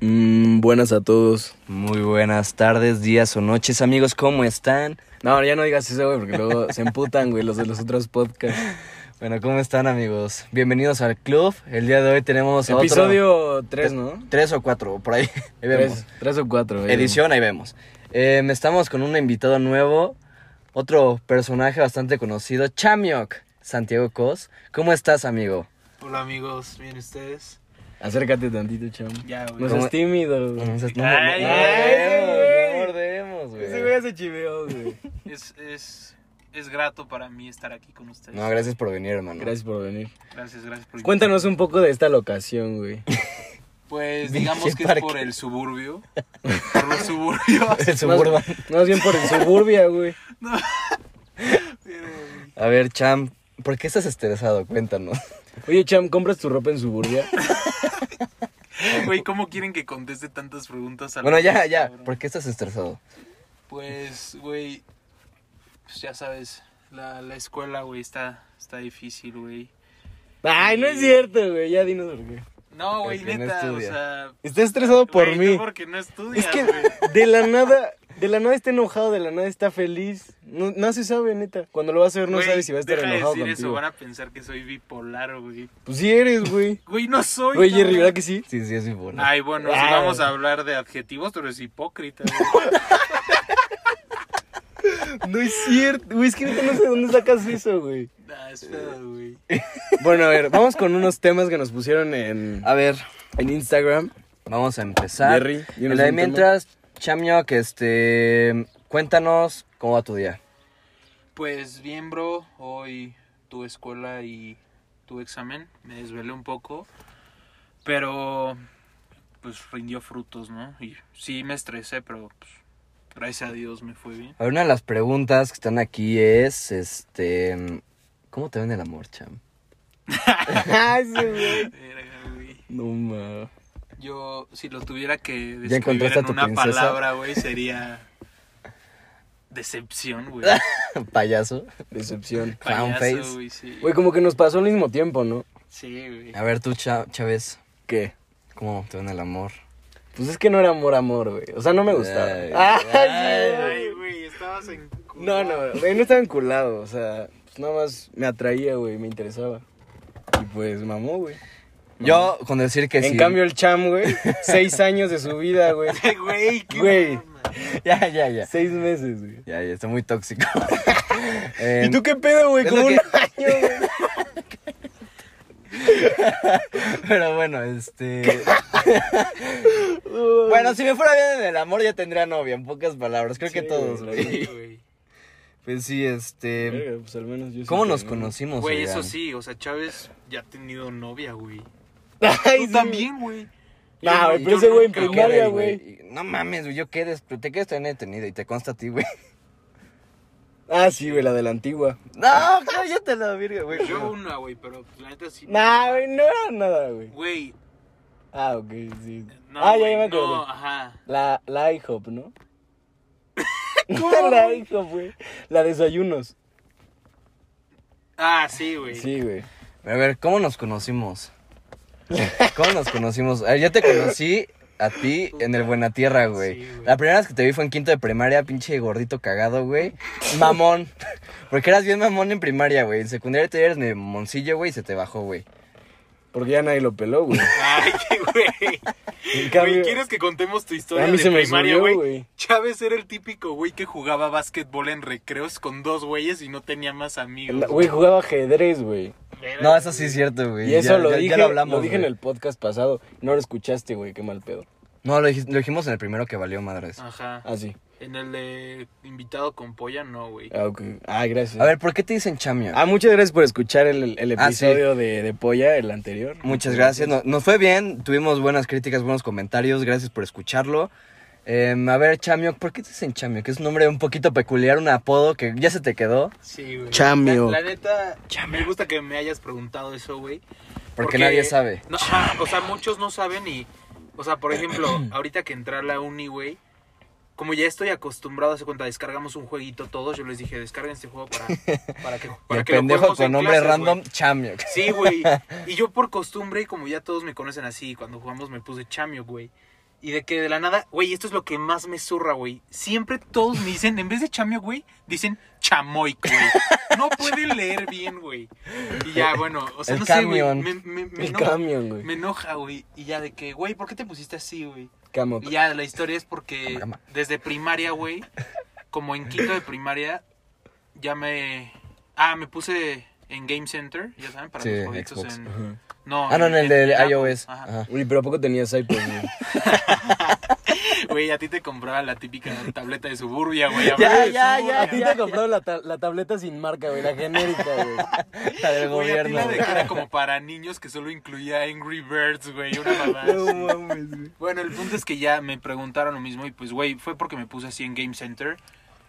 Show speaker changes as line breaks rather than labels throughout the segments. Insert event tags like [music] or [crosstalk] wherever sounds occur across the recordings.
Mm, buenas a todos.
Muy buenas tardes, días o noches, amigos, ¿cómo están?
No, ya no digas eso, güey, porque luego se emputan, güey, los de los otros podcasts. [laughs]
Bueno, ¿cómo están, amigos? Bienvenidos al club. El día de hoy tenemos otro-
Episodio 3, ¿no?
Tres o cuatro, por ahí. [laughs] Ahí vemos.
3, o 4.
Edición, ahí vemos. Eh, estamos con un invitado nuevo, otro personaje bastante conocido, Chamiok, Santiago Cos. ¿Cómo estás, amigo?
Hola amigos, ¿bien ustedes?
Acércate tantito, chamo.
Ya, güey.
No
¿Cómo-
seas tímido, güey.
No, no,
Ay,
no
ay,
mordemos, no mordemos, güey.
Ese güey se chiveó, güey.
Es, es, es grato para mí estar aquí con ustedes.
No, gracias por venir, hermano.
Gracias por venir.
gracias, gracias por
Cuéntanos un poco de esta locación, [laughs] güey.
Pues
Dije
[laughs]
digamos que
parque.
es por el suburbio. Por los suburbios.
[laughs] El suburban.
Más, más bien por el suburbia, güey.
A ver, Cham, ¿por qué estás estresado?
[laughs]
Cuéntanos.
Oye, Cham, ¿compras tu ropa en suburbia?
Güey, ¿cómo quieren que conteste tantas preguntas? a la
Bueno, ya,
vez,
ya.
cabrón?
¿Por qué estás estresado?
Pues, güey, pues ya sabes, la, la escuela, güey, está, está difícil, güey.
Ay, no es cierto, güey. Ya dinos por qué.
No, güey,
Porque no
neta, o
estudia.
sea...
Está estresado por
güey, tú
mí.
porque no estudias,
Es que
güey.
de la nada, de la nada está enojado, de la nada está feliz. No, no se sabe, neta. Cuando lo vas a ver [laughs] no
Güey,
sabes si va a estar
deja de
enojado
decir eso,
contigo.
van a pensar que soy bipolar, güey.
Pues sí eres, güey.
Güey, no soy.
Oye,
cabrón.
Jerry, ¿verdad que sí?
Sí, sí, es mi
Ah.
bola.
Ay, bueno, si
Ay.
vamos a hablar de adjetivos, pero es hipócrita.
[laughs]
güey.
No es cierto, güey, es que neta no sé de dónde sacas eso, güey.
Nah, es pedo, güey.
Bueno, a ver, vamos con unos temas que nos pusieron en,
A ver,
en Instagram.
vamos a empezar.
Jerry, dinos
En la de
un tema.
mientras, Chamiok, este. Cuéntanos cómo va tu día.
Pues bien, bro, hoy tu escuela y tu examen me desvelé un poco, pero pues rindió frutos, ¿no? Y sí me estresé, pero pues, gracias a Dios me fue
[laughs]
bien.
A ver, una de las preguntas que están aquí es: este. ¿Cómo te ven el amor, Cham? [laughs]
Ay, sí, güey.
Verga, güey.
No ma.
Yo, si lo tuviera que
¿Ya
describir
encontraste a
en
tu
una
princesa?
palabra,
[laughs]
güey, sería decepción, güey.
Payaso.
Decepción.
Payaso,
Clownface.
güey, sí.
Güey, como que nos pasó al mismo tiempo, ¿no?
Sí, güey.
A ver, tú, Cha- Chávez,
¿Qué?
¿cómo te ven el amor?
Pues es que no era amor, amor, güey. O sea, no me gustaba.
Ay,
Ay, sí, güey.
Ay, güey, estabas en.
No, no, güey, no estaba enculado, o sea, pues nada más me atraía, güey, me interesaba. Y pues mamó, güey.
Yo, con decir que
en
sí.
cambio el cham, [laughs] güey, seis años de su vida, güey.
Güey, qué
Güey.
[laughs]
mamá.
Ya, ya, ya.
Seis meses, güey.
Ya, ya, está muy tóxico.
[laughs] ¿Y
Em,
tú qué pedo, güey?
es
Como
lo
un
que-
año, [laughs] güey.
Pero bueno,
[laughs]
este. bueno, si me fuera bien en el amor ya tendría novia, en pocas palabras. Creo que
Sí,
todos,
güey,
güey.
Sí, güey.
Pues sí, este.
Verga, Pues al menos yo sí
¿Cómo
que
nos
no.
conocimos?
Güey,
oigan?
eso sí, o sea, Chávez ya ha tenido novia, güey.
[laughs] Ay,
Tú
sí,
también, güey.
güey. Nah,
Yo-
güey, pero
yo
ese güey en
nunca, güey.
primaria,
Qué
güey.
güey. No mames, güey, yo quedes, pero te quedas tan detenida y te consta a ti, güey. [laughs]
Ah, sí, güey, la de la antigua.
No, cállate la virga, güey.
Pues Yo una, güey, pero pues, la neta sí.
Nah, güey, no era nada, güey.
Güey,
Ah, ok, sí.
no.
ah, ya,
güey,
ya me acordé.
No, ajá.
La, la IHOP,
[laughs]
¿no? [laughs] la IHOP, güey. La desayunos.
Ah, sí, güey.
Sí, güey.
A ver, ¿cómo nos conocimos? ¿Cómo nos conocimos? A ver, yo te conocí a ti en el Buena Tierra, güey.
Sí, güey.
La primera vez que te vi fue en quinto de primaria, pinche gordito cagado, güey. Mamón. Porque eras bien mamón en primaria, güey. En secundaria te eres mi mamoncillo, güey, y se te bajó, güey.
Porque ya nadie lo peló,
[laughs]
güey.
Ay, qué güey.
En
Güey,
cambio,
¿quieres que contemos tu historia
a mí
de
se me
primaria,
subió,
güey?
güey.
Chávez era el típico güey que jugaba básquetbol en recreos con dos güeyes y no tenía más amigos.
la- güey, jugaba ajedrez, güey.
Verga,
No, eso sí es cierto, güey.
Y eso
Ya-
lo,
ya- ya
dije,
lo hablamos.
dije en
güey.
el podcast pasado. No lo escuchaste, güey, qué mal pedo.
No, lo, dij- lo dijimos en el primero que valió madres.
Ajá.
Ah, sí.
En el de invitado con polla, no, güey.
Ah, ok. Ah, gracias.
A ver, ¿por qué te dicen chamio?
Ah, muchas gracias por escuchar el, el
Ah, sí.
episodio de, de Polla, el anterior.
Muchas gracias. No- Nos, fue bien, tuvimos buenas críticas, buenos comentarios. Gracias por escucharlo. Em, a ver, Chamiok, ¿por qué te dicen Chamiok? Que es un nombre un poquito peculiar, un apodo que ya se te quedó.
Sí, güey.
Chamio.
La, la neta, me gusta que me hayas preguntado eso, güey.
Porque, nadie sabe.
No, ajá, o sea, muchos no saben y... O sea, por
[clears throat]
ejemplo, ahorita que entré a la uni, güey, como ya estoy acostumbrado, hace cuenta, descargamos un jueguito todos, yo les dije, descarguen este juego para,
[laughs]
para que,
Y
para
el
que lo
pendejo
juguemos
con
en
nombre
clases,
random,
güey". [laughs]
Chamiok.
[laughs]
Sí, güey. Y yo por costumbre, y como ya todos me conocen así, cuando jugamos me puse chamio, güey. Y de que de la nada, güey, esto es lo que más me zurra, güey. Siempre todos me dicen, en vez de chamio, güey, dicen chamoy, güey. No pueden leer bien, güey. Y ya, bueno, o sea,
El
no
camión.
sé, güey. Me, me- me
El
enoja,
camión, güey.
me enoja, güey. Y ya de que, güey, ¿por qué te pusiste así, güey?
Camo.
Y ya, la historia es porque
Cama.
desde primaria, güey, como en quinto de primaria, ya me... Ah, me puse en Game Center, ya saben, para
Sí,
los jueguitos
Xbox.
en...
Ajá.
No,
Ah, no, en el de
Apple.
iOS.
Ajá.
Ajá.
Uy, pero ¿a poco tenías iPod, güey?
Güey, a ti te compraba la típica tableta de Suburbia, güey. a
Ya,
ver,
ya,
Suburbia.
A ti te compraron la, ta- la tableta sin marca, güey, la genérica, güey.
[laughs] [laughs] La del
Güey, a ti
gobierno.
la de
güey.
que era como para niños que solo incluía Angry Birds, güey, una mamada así. Bueno, el punto es que ya me preguntaron lo mismo y pues, güey, fue porque me puse así en Game Center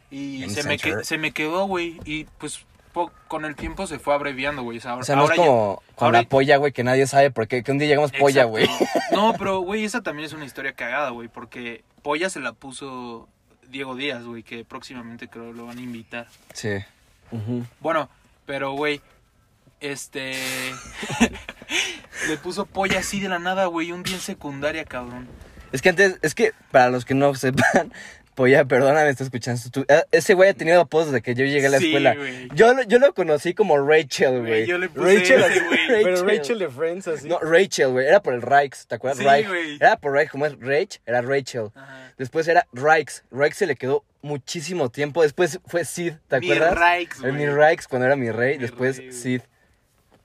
y
Game
se, Me que-
Center.
se me quedó, güey, y pues po- con el tiempo se fue abreviando, güey. O sea, ahora,
O sea, no es
ahora ya-
como con
ahora-
la polla, güey, que nadie sabe por qué. Que un día llegamos polla,
Exacto.
güey. [laughs]
No, pero, güey, esa también es una historia cagada, güey, porque polla se la puso Diego Díaz, güey, que próximamente creo lo van a invitar.
Sí.
Ujú.
Bueno, pero güey, [laughs] este. le puso polla así de la nada, güey, un día en secundaria, cabrón.
Es que antes, es que para los que no sepan, [laughs] polla, perdóname, está escuchando. esto, tú- eh, ese güey ha tenido apodos desde que yo llegué a la
Sí,
escuela.
güey.
Yo, lo- yo lo conocí como Rachel,
Güey,
güey.
yo le puse
Rachel,
ese, güey.
pero
[laughs] Rachel.
Rachel de Friends, así.
No, Rachel, güey. Era por el Rikes, ¿te acuerdas?
Sí,
Rikes.
güey.
Era por Rikes, como es Rach, era Rachel.
Ajá.
Después era Rikes. Rikes se le quedó muchísimo tiempo. Después fue Sid, ¿te
Mi
acuerdas?
Rikes,
Eh, Mi
güey.
Rikes cuando era mi rey.
Mi
después
rey, güey.
Sid.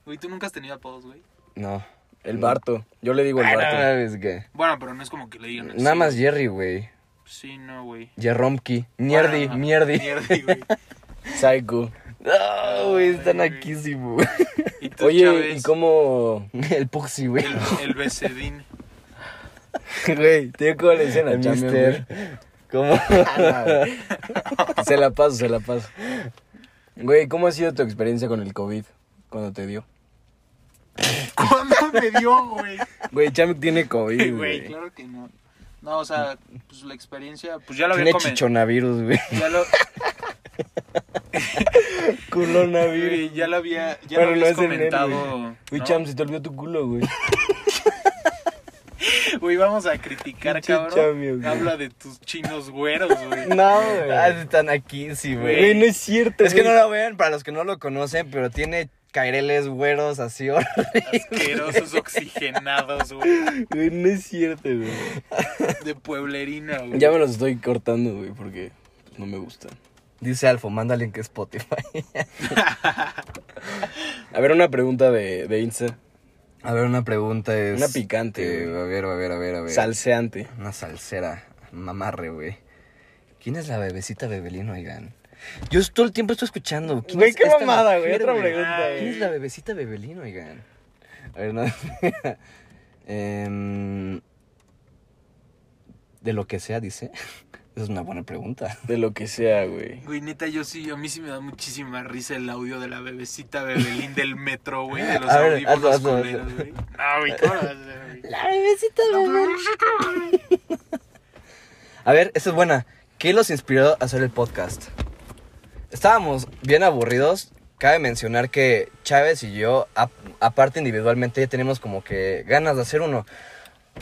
Güey, tú nunca has tenido apodos, güey.
No.
El Barto. Yo le digo el
Ah, no
Barto.
mames, güey.
Bueno, pero no es como que le digan así.
Nada más Jerry, güey.
Sí, no, güey.
Jerromki. Mierdi,
Bueno,
mierdi. [laughs]
Mierdi, güey.
Psycho.
No, güey, está
Ay, güey.
naquísimo.
Y tú,
Oye,
Chávez,
¿y cómo...?
[laughs] El Puxi, güey.
El, el Becedín.
Güey, tío, ¿cómo le dicen
El
al champion, güey? Ah,
Mister. [laughs] ¿Cómo?
se la paso, se la paso. Güey, ¿cómo ha sido tu experiencia con el COVID cuando te dio?
[laughs] ¿Cuándo me dio, güey?
Güey, Cham tiene COVID,
Güey,
güey.
claro que no. No, o sea, pues la experiencia, pues ya lo había
Tiene
comentado.
chichonavirus, güey.
Ya lo,
Culonavirus.
Güey, ya lo había, ya
Bueno,
lo
no es
habías
el nervio.
comentado.
Güey,
¿no?
Cham, se te olvidó tu culo, güey.
Güey, vamos a criticar,
Pinche
cabrón.
chamio, güey.
Habla de tus chinos güeros, güey.
No,
Ah, están aquí, sí,
Güey,
güey.
no es cierto,
Es que no
güey.
lo ven, para los que no lo conocen, pero tiene caireles güeros así [laughs] horribles.
Asquerosos, oxigenados, güey.
Güey, no es cierto, güey.
De pueblerina, güey.
Ya me los estoy cortando, güey, porque pues, no me gustan.
Dice Alfo, mándale en que Spotify.
A ver, una pregunta de, de Insta.
A ver, una pregunta es.
Una picante,
eh,
güey.
a ver, a ver, a ver, a ver.
Salseante.
Una salsera. Mamarre, güey. ¿Quién es la bebecita Bebelín, oigan? Yo todo el tiempo estoy escuchando. ¿quién
Güey,
es
qué
esta
mamada, güey,
mujer,
otra pregunta,
¿Quién
güey.
es la bebecita Bebelín, oigan? A ver, no. [laughs] Em, de lo que sea, dice. Esa es una buena pregunta.
De lo que sea, güey.
Güey, neta, yo sí, a mí sí me da muchísima risa el audio de la bebecita Bebelín del metro, güey, de los
A ver,
audífonos
hazlo, hazlo,
culeros,
hazlo.
güey. No, güey, ¿cómo lo vas a hacer, güey?
La bebecita Bebelín. [laughs] A ver, esta es buena. ¿Qué los inspiró a hacer el podcast? Estábamos bien aburridos. Cabe mencionar que Chávez y yo, a- aparte individualmente, ya tenemos como que ganas de hacer uno.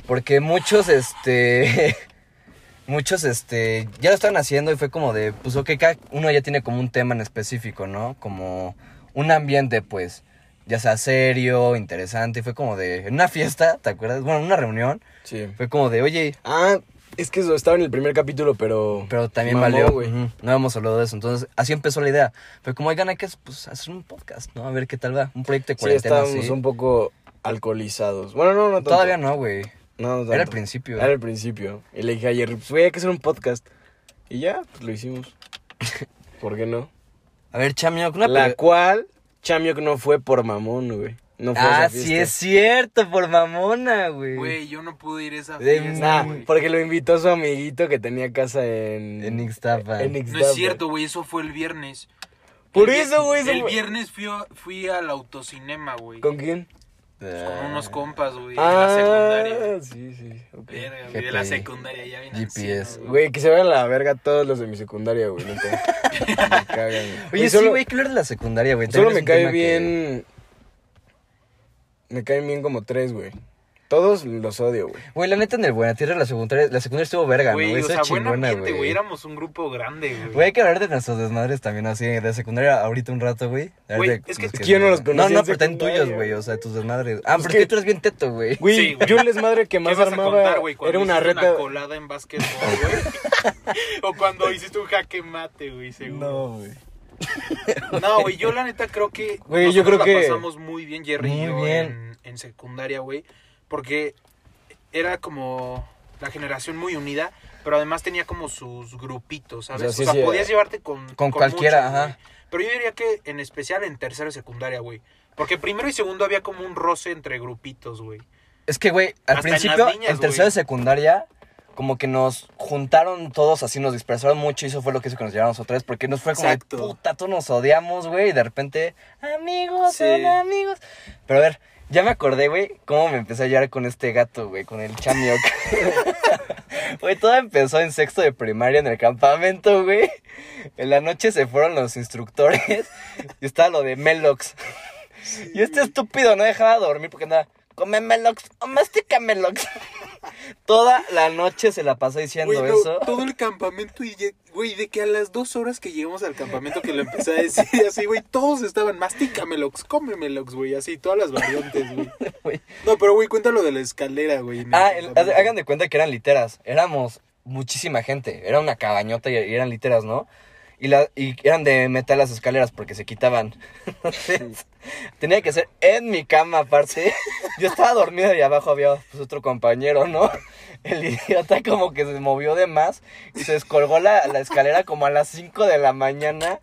Porque muchos, este. [laughs] Muchos, este. Ya lo estaban haciendo y fue como de. Pues, ok, cada uno ya tiene como un tema en específico, ¿no? Como un ambiente, pues. Ya sea serio, interesante. Y fue como de. En una fiesta, ¿te acuerdas? Bueno, en una reunión.
Sí.
Fue como de, oye,
Ah, es que eso estaba en el primer capítulo, pero.
pero también
mamó,
valió.
güey.
Ujú, No habíamos hablado de eso. Entonces, así empezó la idea. Fue como, oigan, hay que pues, hacer un podcast, ¿no? A ver qué tal va. Un proyecto de
Sí,
cuarentena.
estábamos
sí.
un poco alcoholizados. Bueno, no, no tanto.
Todavía no, güey.
No, no tanto.
Era al principio.
Era el principio. Y le dije ayer, pues, güey, hay que hacer un podcast. Y ya, pues
[laughs]
lo hicimos. ¿Por qué no?
A ver, Chamio, una
La
pre-
cual, Chamiok no fue por mamón, güey. No fue a
Ah,
esa
sí
fiesta.
es cierto, por mamona, güey.
Güey, yo no pude ir a esa
De
fiesta,
Nah,
güey.
porque lo invitó su amiguito que tenía casa en.
En Ixtapa.
en
No
Ixtapa.
es cierto, güey, eso fue el viernes.
Por
El
eso,
vier-
güey, eso
El
fue-
viernes fui, a- fui al autocinema, güey. Con,
¿Con quién?
Ah,
unos compas, güey,
ah,
de la secundaria.
Sí, sí. ok.
Verga, güey, de la
GPI.
secundaria, ya bien
GPS.
anciano, güey.
Güey, que se vayan a la verga todos los de mi secundaria, güey. neta.
[laughs]
Me cagan, güey.
Oye, sí,
Y solo-
güey, hay que hablar de la secundaria, güey.
Solo
También es
me
un
cae
tema que-
bien. Me caen bien como tres, güey. Todos los odio, güey.
Güey, la neta en el Buena Tierra, la secundaria, la secundaria estuvo verga, ¿no?
Güey,
Güey,
o
Eso
sea,
es
buen
chingona,
ambiente, güey.
güey.
Éramos un grupo grande,
Güey,
güey.
hay que hablar de nuestros desmadres también así, de secundaria ahorita un rato, güey. A ver
Güey,
de-
es que-
Es que yo no los
No,
conocí
no,
en
pero están
secundaria,
tuyos, güey,
güey.
o sea, tus desmadres. Ah,
Es
porque
que-
tú eres bien teto, güey.
Güey,
Sí, güey.
yo el desmadre que
¿Qué
más
vas a
armaba
contar, güey? Cuando
era una
hiciste
reta.
una colada en básquetbol, güey. o cuando hiciste un jaque mate, güey, seguro.
No, güey.
No, güey, yo la neta creo que
Güey, yo
nosotros
creo
la
que-
pasamos muy bien, Jerry y
Muy
yo,
bien.
En, en secundaria, güey, porque era como la generación muy unida, pero además tenía como sus grupitos, ¿sabes? O sea,
O sea, sí, sí,
podías
eh,
llevarte con
con cualquiera,
muchos, güey.
ajá.
Pero yo diría que en especial en tercero y secundaria, güey, porque primero y segundo había como un roce entre grupitos, güey.
Es que, güey, al
Hasta en las
principio,
niñas,
en tercero de
güey.
secundaria, como que nos juntaron todos así, nos dispersaron mucho y eso fue lo que hizo que nos lleváramos otra vez, porque nos fue como, de,
Exacto.
puta, todos nos odiamos, güey, y de repente, amigos,
Sí.
son amigos. Pero a ver, ya me acordé, güey, cómo me empecé a llevar con este gato, güey, con el chamioc. [laughs] Güey, todo empezó en sexto de primaria en el campamento, güey. En la noche se fueron los instructores y estaba lo de Melox. Y este estúpido no dejaba dormir porque andaba, come Melox o mastica Melox. Toda la noche se la pasó diciendo
Güey, no,
eso. [laughs]
todo el campamento y, ya- güey, de que a las dos horas que llegamos al campamento que lo empecé a decir así, güey, todos estaban, mastícamelox, cómemelox, güey, así, todas las variantes, güey.
Güey.
No, pero, güey, cuéntalo de la escalera, güey. en el
Ah, el- haz-
campamento.
hagan de cuenta que eran literas. Éramos muchísima gente. Era una cabañota y, y eran literas, ¿no? Y, la, y eran de metal las escaleras porque se quitaban. [laughs] Entonces, tenía que ser en mi cama aparte. [laughs] Yo estaba dormido y abajo había pues, otro compañero, ¿no? [laughs] El idiota como que se movió de más y se descolgó la, la escalera como a las 5 de la mañana.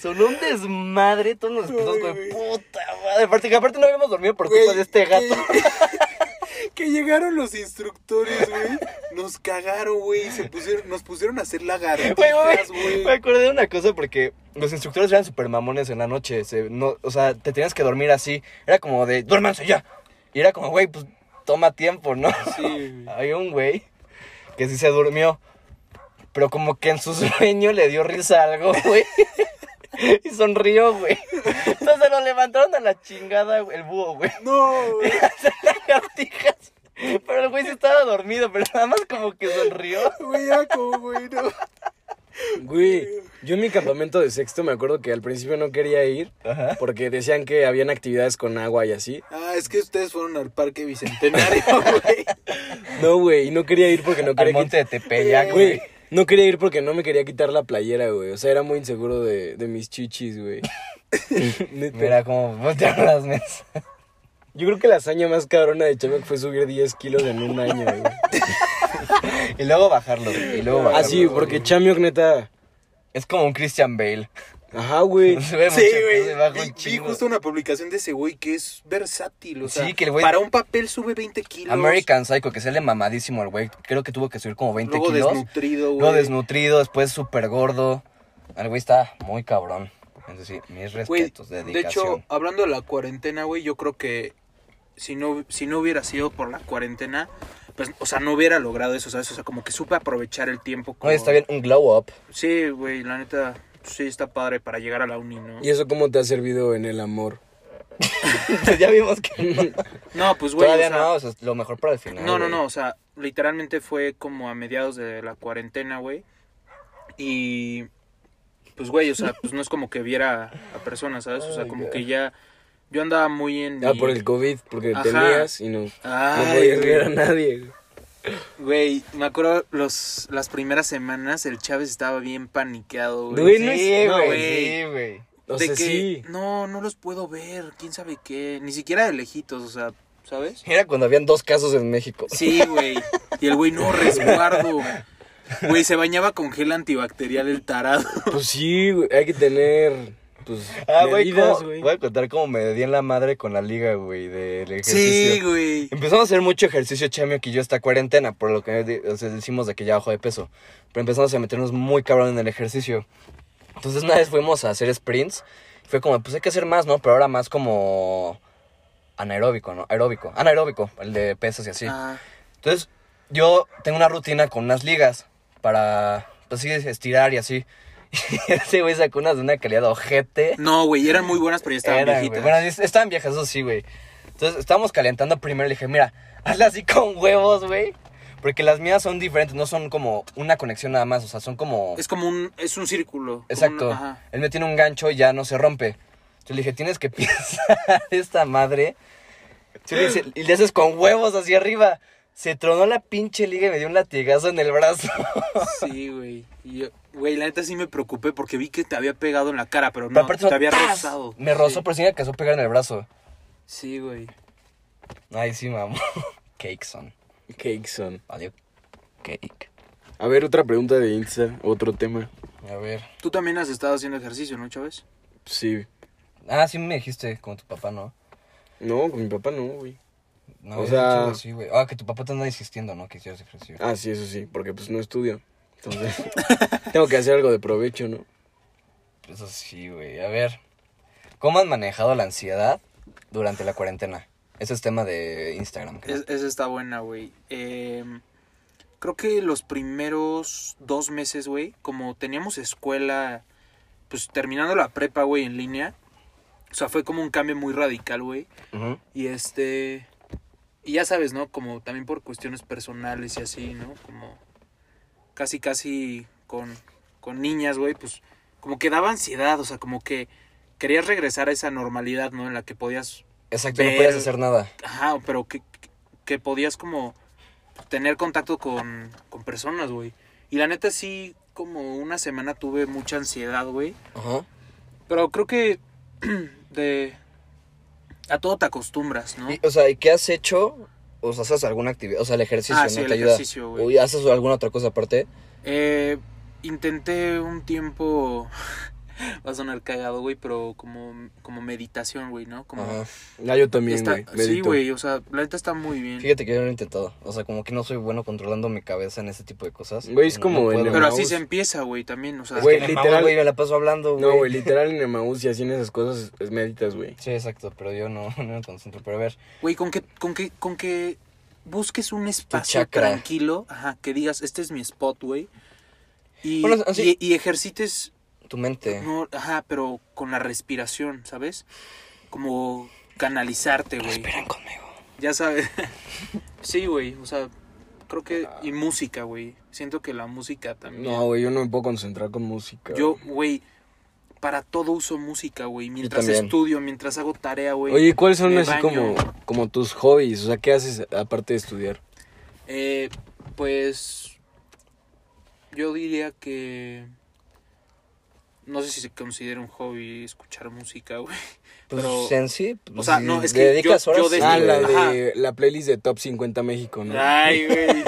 Sonó un desmadre, todos nos despertamos como de
Ay,
puta madre. Aparte, que aparte no habíamos dormido por culpa
Güey,
de este gato.
Que, [laughs] que llegaron los instructores, güey. Nos cagaron, güey. Se pusieron, nos pusieron a hacer
Güey, güey,
lagartijas, güey.
Me acordé de una cosa porque los instructores eran super mamones en la noche. se- no, o sea, te tenías que dormir así. Era como de, duérmanse ya. Y era como, güey, pues toma tiempo, ¿no?
Sí,
[laughs]
güey.
Había un güey que sí se durmió. Pero como que en su [laughs] sueño le dio risa a algo, güey. [laughs] Y sonrió, güey. Entonces lo levantaron a la chingada, güey, el búho, güey. [laughs]
No, güey.
Hacer lagartijas. Pero el güey sí estaba dormido, pero nada más como que sonrió.
Güey, ya como, güey, no.
Güey, yo en mi campamento de sexto me acuerdo que al principio no quería ir
Ajá.
porque decían que habían actividades con agua y así.
Ah, es que ustedes fueron al
[laughs]
parque bicentenario, güey.
No, güey, y no quería ir porque no
Al [laughs]
quería
monte de Tepeyac,
quitar-
güey.
Güey, no quería ir porque no me quería quitar la playera, güey. O sea, era muy inseguro de, de mis chichis,
[laughs]
güey. Neta.
Mira cómo voltearon [laughs] las mesas.
Yo creo que la hazaña más cabrona de Chamac fue subir 10 kilos en un año,
[laughs]
güey.
Y luego bajarlo. Y luego bajarlo.
Así, porque Chamiok neta.
Ah, Es como un Christian Bale. [laughs]
Ajá, güey.
Sube mucho,
Sí,
se
güey.
baja
Vi,
un
vi
chingo.
justo una publicación de ese güey que es versátil. O
Sí,
sea,
que el güey-
para un papel sube 20 kilos.
American Psycho, que sale mamadísimo el güey. Creo que tuvo que subir como 20
Luego
kilos.
desnutrido, güey.
luego desnutrido, después súper gordo. El güey está muy cabrón. Entonces sí, mis
Güey,
respetos,
de
dedicación.
hecho, hablando de la cuarentena, güey, yo creo que si no, si no hubiera sido por la cuarentena, pues, o sea, no hubiera logrado eso, ¿sabes? O sea, como que supe aprovechar el tiempo. como-
Güey, está bien un glow
[laughs]
up. [laughs]
Sí, güey, la neta, sí está padre para llegar a la uni, ¿no?
¿Y eso cómo te ha servido en el amor?
ya vimos que no.
No, pues, güey, o
Todavía
sea,
no, o sea, es lo mejor para el final.
No, no,
güey.
no, o sea, literalmente fue como a mediados de la cuarentena, güey. Y pues, güey, o sea, pues no es como que viera a personas, ¿sabes? O sea, como que ya yo andaba muy en...
Ah,
mi-
por el COVID, porque
Ajá.
tenías y no, no
Ay,
podías
güey.
ver a nadie.
Güey, me acuerdo los, las primeras semanas el Chávez estaba bien paniqueado, güey.
Güey, no es-
Sí,
no,
güey,
güey.
sí, güey.
O
de
sea,
que
sí.
no, no los puedo ver, quién sabe qué, ni siquiera de lejitos, o sea, ¿sabes?
Era cuando habían dos casos en México.
Sí, güey. Y el güey no resguardo. Güey, se bañaba con gel antibacterial el tarado.
Pues sí, güey, hay que tener, pues,
Ah, güey,
medidas,
¿cómo?
güey.
voy a contar cómo me di en la madre con la liga, güey, del ejercicio.
Sí, güey.
Empezamos a hacer mucho ejercicio, Chamio, que yo esta cuarentena, por lo que de- o sea, decimos de que ya bajo de peso. Pero empezamos a meternos muy cabrón en el ejercicio. Entonces una vez fuimos a hacer sprints. Fue como, pues hay que hacer más, ¿no? Pero ahora más como anaeróbico, ¿no? Aeróbico. Anaeróbico, el de pesas y así.
Ah,
Entonces, yo tengo una rutina con unas ligas para, pues sí, estirar y así. [laughs] Y ese güey sacó unas de una calidad ojete.
no, güey, eran muy buenas, pero ya estaban
Eran, güey.
viejitas.
Bueno, es- estaban viejas, eso sí, güey. Entonces estábamos calentando primero. Le dije, mira, hazla así con huevos, güey. Porque las mías son diferentes, no son como una conexión nada más. O sea, son como.
Es como un, es un círculo. como
Exacto.
una- ajá.
Él me tiene un gancho y ya no se rompe. Yo le dije, tienes que [laughs] pensar esta madre. Yo le hice- y le haces con huevos hacia arriba. Se tronó la pinche liga y me dio un latigazo en el
[laughs]
brazo.
Sí, güey. Y yo- Güey, la neta sí me preocupé porque vi que te había pegado en la cara, pero
Pero
no,
aparte
te había
¡tas!
rozado.
Me rozó,
Sí.
pero sí me alcanzó a pegar en el brazo.
Sí, güey.
Ay, sí, mamá. [laughs] Cake son.
Cake son.
Adiós. Cake.
A ver, otra pregunta de Insta, otro tema.
A ver.
Tú también has estado haciendo ejercicio, ¿no, Chávez?
Sí.
Ah, sí me dijiste, como tu papá, ¿no?
No, con mi papá no, güey.
No,
O
es
sea-
chido, sí, güey. Ah, que tu papá te anda insistiendo, ¿no? Que hicieras ejercicio.
Ah, sí, eso sí, porque pues no estudio. Entonces,
[laughs]
tengo que hacer algo de provecho, ¿no?
Eso sí, Pues güey. A ver. ¿Cómo han manejado la ansiedad durante la cuarentena? Ese es tema de Instagram, creo.
Es- esa está buena, güey. Eh, creo que los primeros dos meses, güey, como teníamos escuela, pues terminando la prepa, güey, en línea. O sea, fue como un cambio muy radical, güey.
Ujú.
Y este. Y ya sabes, ¿no? Como también por cuestiones personales y así, ¿no? Como casi, casi con, con niñas, güey, pues como que daba ansiedad, o sea, como que querías regresar a esa normalidad, ¿no? En la que podías
Exacto, no
Ver-
puedes hacer nada.
Ajá, pero que, que podías como tener contacto con, con personas, güey. Y la neta sí, como una semana tuve mucha ansiedad, güey.
Ajá.
Pero creo que [clears throat] de... A todo te acostumbras, ¿no?
Y, o sea, ¿y qué has hecho? O sea, ¿haces alguna actividad? O sea, el ejercicio,
Ah,
¿no?
sí,
¿Te
el
ayuda?
ejercicio, güey.
Uy, ¿Haces alguna otra cosa aparte?
Eh, intenté un tiempo... [laughs] Va a sonar cagado, güey, pero como, como meditación, güey, ¿no? Como...
Ajá.
Ah, yo también,
está-
güey.
sí,
medito.
güey, o sea, la neta está muy bien.
Fíjate que yo no lo he intentado. O sea, como que no soy bueno controlando mi cabeza en ese tipo de cosas.
Güey, es
No-
como
no
en
puedo.
el
pero así
Maús.
se empieza, güey, también, o sea...
Güey,
Es que me
literal-
mama, güey, me la paso hablando, güey.
No, güey, literal en Emaús y así en esas cosas es- meditas, güey.
Sí, exacto, pero yo no, [laughs] no me concentro. Pero a ver,
Güey, con que, con que, con que busques un espacio
chakra.
tranquilo, ajá, que digas, este es mi spot, güey. Y,
Bueno, así-
y- y ejercites,
tu mente.
no, ajá, pero con la respiración, ¿sabes? Como canalizarte, güey.
Respiran conmigo.
Ya sabes. [laughs] sí, güey, o sea, creo que... Y música, güey. Siento que la música también.
No, güey, yo no me puedo concentrar con música.
Yo,
güey.
güey, para todo uso música, güey. Mientras
también.
estudio, mientras hago tarea, güey.
Oye, ¿cuáles son
me
así
baño.
como, como tus hobbies? O sea, ¿qué haces aparte de estudiar?
Eh, pues yo diría que no sé si se considera un hobby escuchar
[laughs]
música, güey.
Pues
Pero-
en sí,
o sea,
si
no, es
le
que
dedicas
yo-
horas,
yo
sí,
desde-
Ah, la
güey.
Ajá.
de la playlist de Top 50 México, ¿no?
Ah,
Ay, güey.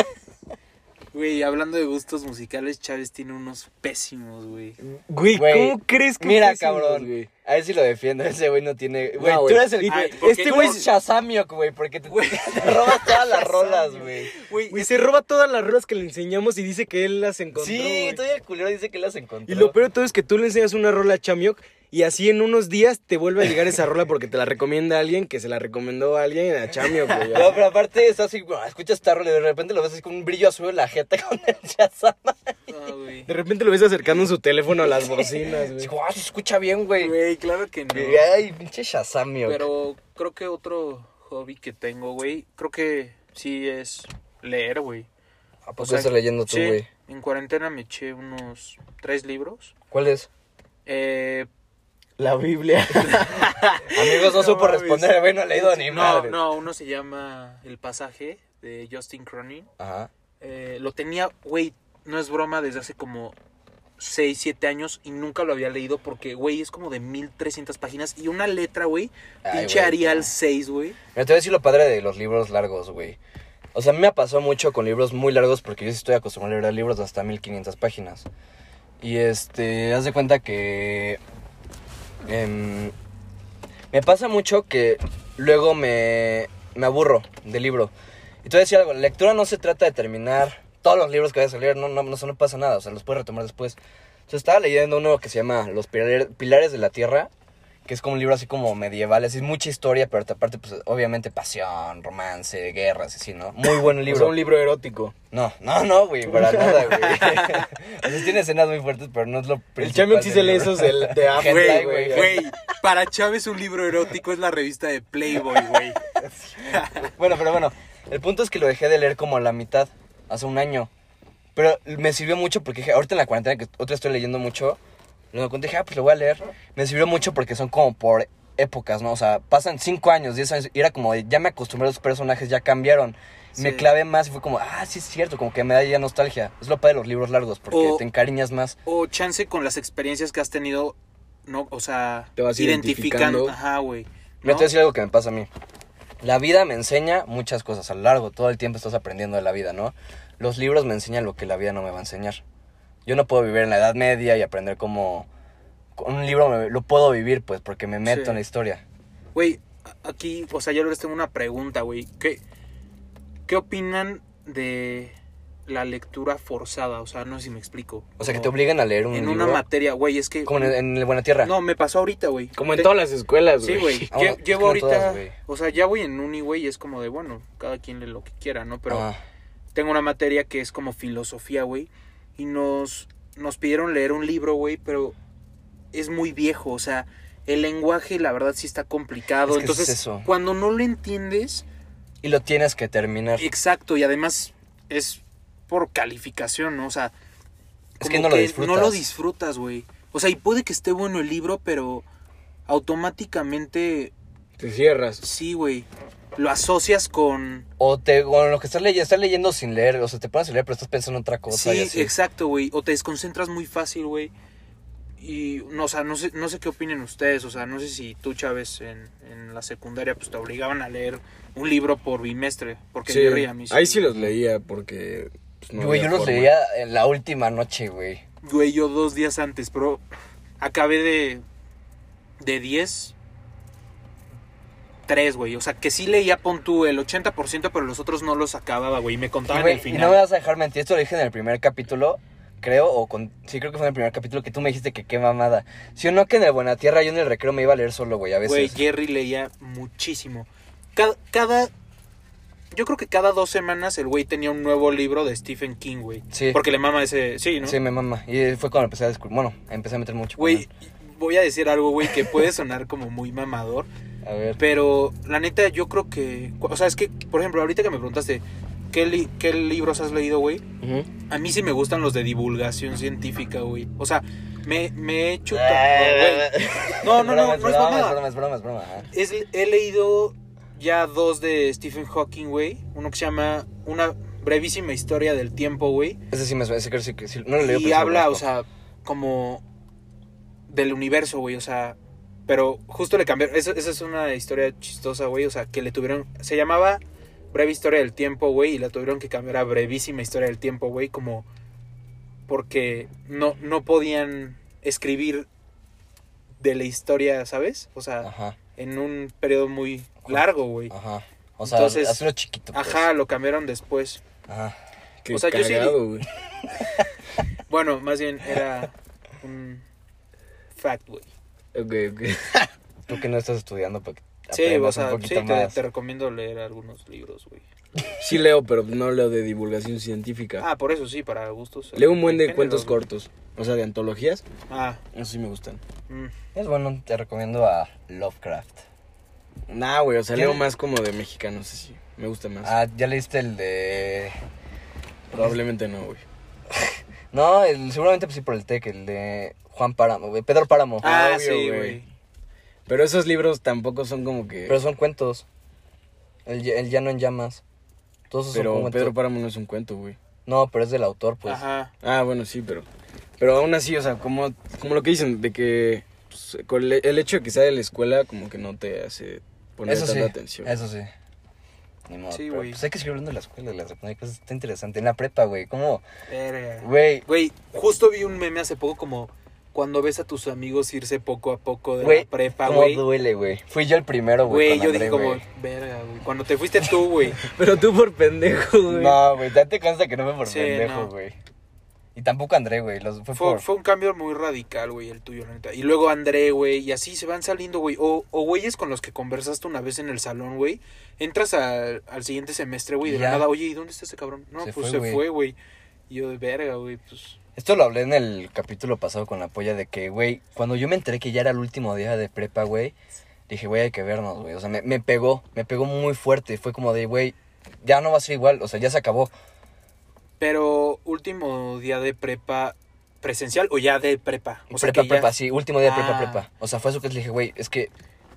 Güey, hablando de gustos musicales, Chávez tiene unos pésimos, güey.
Güey,
Güey,
¿cómo crees que
Mira,
fue eso,
cabrón.
güey?
A ver si lo defiendo. Ese güey no tiene. Güey, tú
güey.
eres el.
Ay,
güey,
¿por qué
este güey
no?
es Shazamiok, güey, porque te,
Güey.
[laughs] te robas todas
[laughs]
las rolas, güey.
Güey,
Güey, se roba todas las ruedas que le enseñamos y dice que él las encontró.
Sí,
güey.
todavía el culero dice que las encontró.
Y lo peor de todo es que tú le enseñas una rola a Chamiok y así en unos días te vuelve a llegar esa rola porque te la recomienda alguien que se la recomendó a alguien a Chamiok, güey.
[laughs] No, pero aparte está así, bueno, escuchas esta rola y de repente lo ves así con un brillo azul en la jeta [laughs] con el Shazam.
no, Ah, güey.
De repente lo ves acercando en su teléfono a las bocinas, güey.
Digo, ah, se escucha bien, güey.
Güey, claro que no.
Ay, pinche Shazamio.
Pero creo que otro hobby que tengo, güey, creo que sí es leer, güey.
¿A poco estás leyendo tú,
sí,
güey?
en cuarentena me eché unos tres libros.
¿Cuál
[laughs]
es?
Eh,
La Biblia. Amigos, no,
No
supo
mames.
responder, güey, no he leído ni
no,
madre.
no, uno se llama El pasaje de Justin Cronin.
Ajá.
Eh, lo tenía, güey, no es broma, desde hace como 6, 7 años y nunca lo había leído porque, güey, es como de 1300 páginas y una letra, güey,
Ay,
pinche
güey,
Arial
no.
6, güey.
Mira, te voy a decir lo padre de los libros largos, güey. O sea, a mí me ha pasado mucho con libros muy largos porque yo sí estoy acostumbrado a leer libros de hasta 1500 páginas. Y este, haz de cuenta que. em, me pasa mucho que luego me, me aburro del libro. Y te voy a decir algo: la lectura no se trata de terminar todos los libros que vayas a leer, no, no, no, eso no pasa nada, o sea, los puedes retomar después. Yo estaba leyendo uno que se llama Los Pilar- Pilares de la Tierra, que es como un libro así como medieval, así, mucha historia, pero aparte, pues, obviamente, pasión, romance, guerras, así, ¿no? Muy
[laughs]
buen
O
libro.
sea, un libro erótico.
No, no, no, güey, para nada, güey. O sea, tiene escenas muy fuertes, pero no es lo principal.
El Champions sí
del
se lee
libro.
esos del-
[laughs]
de Apple,
Hentai,
Güey,
güey.
güey, para Chávez un libro erótico es la revista de Playboy, güey.
Bueno, pero bueno, el punto es que lo dejé de leer como a la mitad, hace un año. Pero me sirvió mucho porque dije, ahorita en la cuarentena, que otra estoy leyendo mucho, lo encontré y dije, ah, pues lo voy a leer. Me sirvió mucho porque son como por épocas, ¿no? O sea, pasan 5 años, 10 años, y era como, de, ya me acostumbré a los personajes, ya cambiaron. Me
Sí.
clavé más y fue como, ah, sí es cierto, como que me da ya nostalgia. Es lo padre de los libros largos, porque
O-
te encariñas más.
O chance con las experiencias que has tenido, no, o sea,
Te vas identificando.
Ajá, güey.
Me
¿no?
voy a decir algo que me pasa a mí. La vida me enseña muchas cosas. A lo largo, todo el tiempo estás aprendiendo de la vida, ¿no? Los libros me enseñan lo que la vida no me va a enseñar. Yo no puedo vivir en la Edad Media y aprender cómo... con Un libro me- lo puedo vivir, pues, porque me meto
Sí.
en la historia.
Güey, a- aquí, o sea, yo les tengo una pregunta, güey. ¿Qué, ¿Qué opinan de la lectura forzada? O sea, no sé si me explico.
O sea, que
Como
te obligan a leer un
En
libro.
una materia, güey, es que...
como en, el- en el Buena Tierra.
No, me pasó ahorita, güey.
Como en
Te-
todas las escuelas,
Sí,
güey.
güey.
Ah,
Lle-
bueno, es que
llevo
no en
ahorita...
todas, güey.
o sea, ya voy en uni, güey, y es como de, bueno, cada quien lee lo que quiera, ¿no? Pero...
Ah,
tengo una materia que es como filosofía, güey. Y nos, nos pidieron leer un libro, güey, pero es muy viejo. O sea, el lenguaje, la verdad, sí está complicado.
Es que
Entonces,
es eso.
cuando no lo entiendes,
y lo tienes que terminar.
exacto, y además es por calificación, ¿no? O sea,
Es
como
que no lo disfrutas.
No lo disfrutas, güey. O sea, y puede que esté bueno el libro, pero automáticamente
Te cierras.
sí, güey. Lo asocias con.
O, te, o lo que estás leyendo, estás leyendo sin leer. O sea, te pones a leer, pero estás pensando en otra cosa. y
Sí,
así.
exacto, güey. O te desconcentras muy fácil, güey. Y, no, o sea, no sé, no sé qué opinen ustedes. O sea, no sé si tú, Chávez, en, en la secundaria, pues te obligaban a leer un libro por bimestre. Porque
Sí.
yo a mí
Ahí sí los leía porque... pues, no
Güey, yo
había
los
forma.
leía en la última noche, güey.
Güey, yo dos días antes, pero acabé de. de 10. Tres, güey. O sea, que sí leía, pon tú, el 80%, pero los otros no los acababa, güey. Y me
Y,
contaban
güey,
el
y
final.
no me vas a dejar mentir, esto lo dije en el primer capítulo, creo, o con... Sí, creo que fue en el primer capítulo que tú me dijiste que qué mamada. Si o no que en el Buenatierra yo en el recreo me iba a leer solo, güey, a
Güey,
veces.
Jerry leía muchísimo. Cada, cada- Yo creo que cada dos semanas el güey tenía un nuevo libro de Stephen King, güey.
Sí.
Porque le mama ese. Sí, ¿no?
Sí, me mama. Y eh, fue cuando empecé a descubrir... Bueno, empecé a meter mucho. con
Güey, voy a decir algo, güey, que puede sonar como muy mamador.
él. A ver.
Pero la neta, yo creo que. O sea, es que, por ejemplo, ahorita que me preguntaste, ¿qué, li- qué libros has leído, güey?
Ujú.
A mí sí me gustan los de divulgación científica, güey. O sea, me, me he chutado.
Ah,
güey. No, no, no, no
broma,
es
broma,
mamada.
broma, es broma, es broma, ajá.
Es- he leído ya dos de Stephen Hawking, güey. Uno que se llama Una brevísima historia del tiempo, güey.
Ese sí me suena, ese creo que sí, que sí- no lo leí.
Y habla, o sea, como del universo, güey. O sea, pero justo le cambiaron. Esa, esa es una historia chistosa, güey. O sea, que le tuvieron. Se llamaba Breve Historia del Tiempo, güey. Y la tuvieron que cambiar a Brevísima Historia del Tiempo, güey. Como. Porque no, no podían escribir de la historia, ¿sabes? O sea
Ajá,
en un periodo muy largo, güey.
ajá. O sea,
Entonces-
hacerlo chiquito. Ah, pues.
Ajá, lo cambiaron después.
Ajá.
Qué
O sea, yo sí-
cagado, güey.
Bueno, más bien era un fact, güey.
Ok, ok.
Tú que no estás estudiando para que
Sí,
aprendas
o
un
sea, sí,
poquito
te,
más.
te recomiendo leer algunos libros, güey.
Sí leo, pero no leo de divulgación científica.
Ah, por eso sí, para gustos.
leo un buen de
géneros,
cuentos
güey.
cortos. O sea, de antologías.
Ah,
Eso sí me gustan.
mm.
Es bueno, te recomiendo a Lovecraft.
Nah, güey, o sea,
¿Quién?
leo más como de mexicanos, sí. Me gusta más.
Ah, pues, ya leíste el de.
Probablemente no, güey.
No, el, seguramente pues, sí por el TEC, el de Juan Páramo, güey, Pedro Páramo.
ah
obvio,
sí,
güey.
güey.
Pero esos libros tampoco son como que...
Pero son cuentos. El, ll- el Llano en Llamas. Todos esos son
Pero
cuentos.
Pedro Páramo no es un cuento, güey.
No, pero es del autor, pues.
Ajá.
Ah, bueno, sí, pero... Pero aún así, o sea, como, como lo que dicen, de que pues, con el- el hecho de que sea de la escuela como que no te hace poner
eso sí.
tanta atención.
Eso sí. Ni modo.
Sí,
pero,
güey.
Pues hay que seguir hablando de la escuela, de la secundaria, cosas está interesante. En la prepa, güey. ¿Cómo?
Verga.
Güey.
Güey, justo vi un meme hace poco como cuando ves a tus amigos irse poco a poco de
Güey,
la prepa,
¿Cómo
güey.
duele, güey? Fui yo el primero, güey.
Güey,
con
yo dije
André,
como,
güey.
verga, güey. Cuando te fuiste tú, güey.
Pero tú por pendejo, güey.
No, güey, date cuenta que no me por
Sí,
pendejo,
no.
güey. Y tampoco André, güey. Los, fue,
Fue,
por-
fue un cambio muy radical, güey, el tuyo, la neta. Y luego André, güey, y así se van saliendo, güey. O, o güeyes con los que conversaste una vez en el salón, güey. Entras al- al siguiente semestre, güey, de
Ya.
la nada. Oye, ¿y dónde está ese cabrón? No,
Se
pues
fue,
se
güey.
fue, güey. Y yo de verga, güey, pues.
Esto lo hablé en el capítulo pasado con la polla de que, güey, cuando yo me enteré que ya era el último día de prepa, güey, dije, güey, hay que vernos, güey. O sea, me, me pegó, me pegó muy fuerte. Fue como de, güey, ya no va a ser igual, o sea, ya se acabó.
Pero último día de prepa presencial o ya de prepa. O sea,
prepa,
que ya-
prepa, sí, último día de prepa,
Ah.
prepa. O sea, fue eso que le dije, güey, es que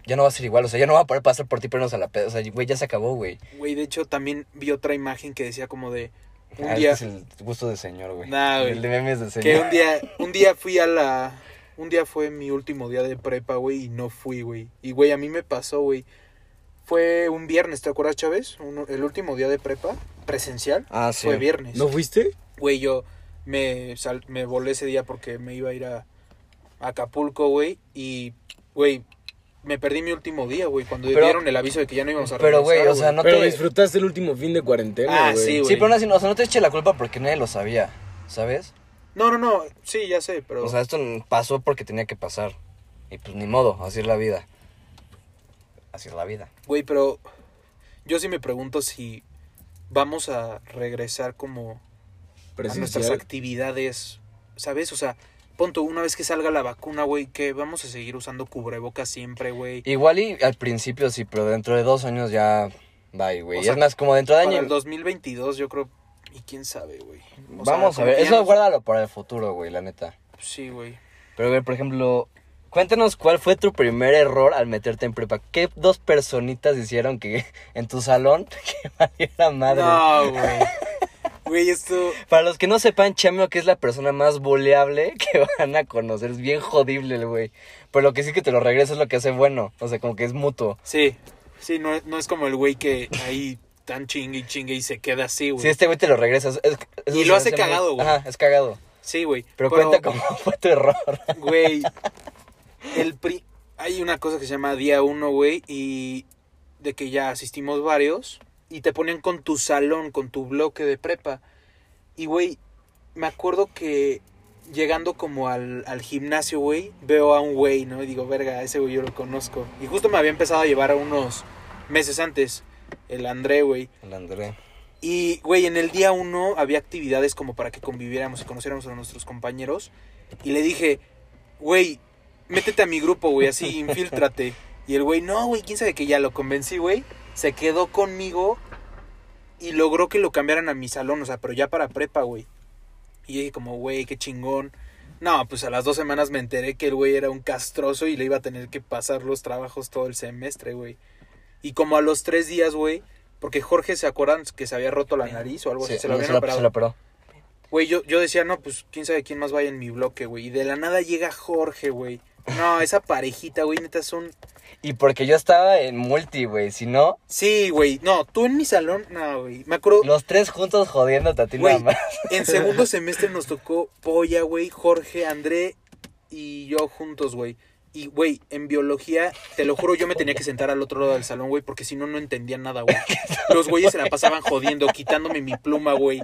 ya no va a ser igual, o sea, ya no va a poder pasar por ti, pero no a la peda. O sea, güey, ya se acabó, güey.
Güey, de hecho también vi otra imagen que decía como de un
Ah,
día
este es el gusto del señor, güey.
Nah, güey.
El de memes del señor.
que un día un día fui a la un día fue mi último día de prepa, güey, y no fui, güey. Y güey, a mí me pasó, güey. Fue un viernes, ¿te acuerdas, Chávez? Uno- el último día de prepa presencial
Ah, sí.
fue viernes.
¿No fuiste?
Güey, yo me, sal- me volé ese día porque me iba a ir a, a Acapulco, güey. Y, güey, me perdí mi último día, güey. Cuando
Pero-
dieron el aviso de que ya no íbamos a
Pero, güey,
regresar,
o sea, no
Pero
te...
disfrutaste el último fin de cuarentena,
Ah,
güey.
sí, güey.
Sí, pero no, así, no, o sea, no te eche la culpa porque nadie lo sabía, ¿sabes?
No, no, no. Sí, ya sé, pero...
O sea, esto pasó porque tenía que pasar. Y pues ni modo, así es la vida. Así es la vida.
Güey, pero yo sí me pregunto si vamos a regresar como a
Ah,
nuestras
Presencial.
actividades, ¿sabes? O sea, punto, una vez que salga la vacuna, güey, que vamos a seguir usando cubrebocas siempre, güey.
Igual y al principio sí, pero dentro de dos años ya... Bye, güey.
O
Y
sea,
es más, como dentro de
Para
año...
el 2022 yo creo, y quién sabe, güey. O sea,
Vamos a ver,
confiamos-
eso guárdalo para el futuro, güey, la neta.
Sí, güey.
Pero a ver, por ejemplo, cuéntanos cuál fue tu primer error al meterte en prepa. ¿Qué dos personitas hicieron que [laughs] en tu salón [laughs] que valiera madre?
No, güey. [laughs] Güey, esto...
Para los que no sepan, Chameo que es la persona más boleable [laughs] que van a conocer. Es bien jodible el güey. Pero lo que sí que te lo regresa es lo que hace bueno. O sea, como que es mutuo.
Sí, sí, no, no es como el güey que ahí tan chingue y chingue y se queda así, güey.
Si este güey te lo regresa. es- es-
Y
eso se
lo hace
muy-
cagado, güey.
Ajá, es cagado.
Sí, güey.
Pero, cuenta cómo [laughs] fue tu error.
Güey, el pri- hay una cosa que se llama día uno, güey, y de que ya asistimos varios y te ponían con tu salón, con tu bloque de prepa. Y, güey, me acuerdo que llegando como al, al gimnasio, güey, veo a un güey, ¿no? Y digo, verga, ese güey yo lo conozco. Y justo me había empezado a llevar a unos meses antes, el André, güey.
El André.
Y, güey, en el día uno había actividades como para que conviviéramos y conociéramos a nuestros compañeros. Y le dije, güey, métete a mi grupo, güey,
[laughs]
así, infíltrate. Y el güey, no, güey, quién sabe que ya lo convencí, güey. Se quedó conmigo y logró que lo cambiaran a mi salón, o sea, pero ya para prepa, güey. Y yo dije como, güey, qué chingón. No, pues a las dos semanas me enteré que el güey era un castroso y le iba a tener que pasar los trabajos todo el semestre, güey. Y como a los tres días, güey, porque Jorge, ¿se acuerdan que se había roto la nariz o algo así?
Sí,
Se lo habían
se la-
operado.
se la operó.
Güey, yo, yo decía, no, pues quién sabe quién más vaya en mi bloque, güey. Y de la nada llega Jorge, güey. No, esa parejita, güey, neta son.
Y porque yo estaba en multi, güey. Si no,
Sí, güey. No, tú en mi salón, no, güey. Me acuerdo,
los tres juntos jodiéndote a ti
Güey.
nada más.
en segundo semestre nos tocó Polla, güey, Jorge, André y yo juntos, güey. Y, güey, en biología, te lo juro, yo me tenía que sentar al otro lado del salón, güey, porque si no, no entendía nada, güey. Los güeyes se la pasaban jodiendo, quitándome mi pluma, güey.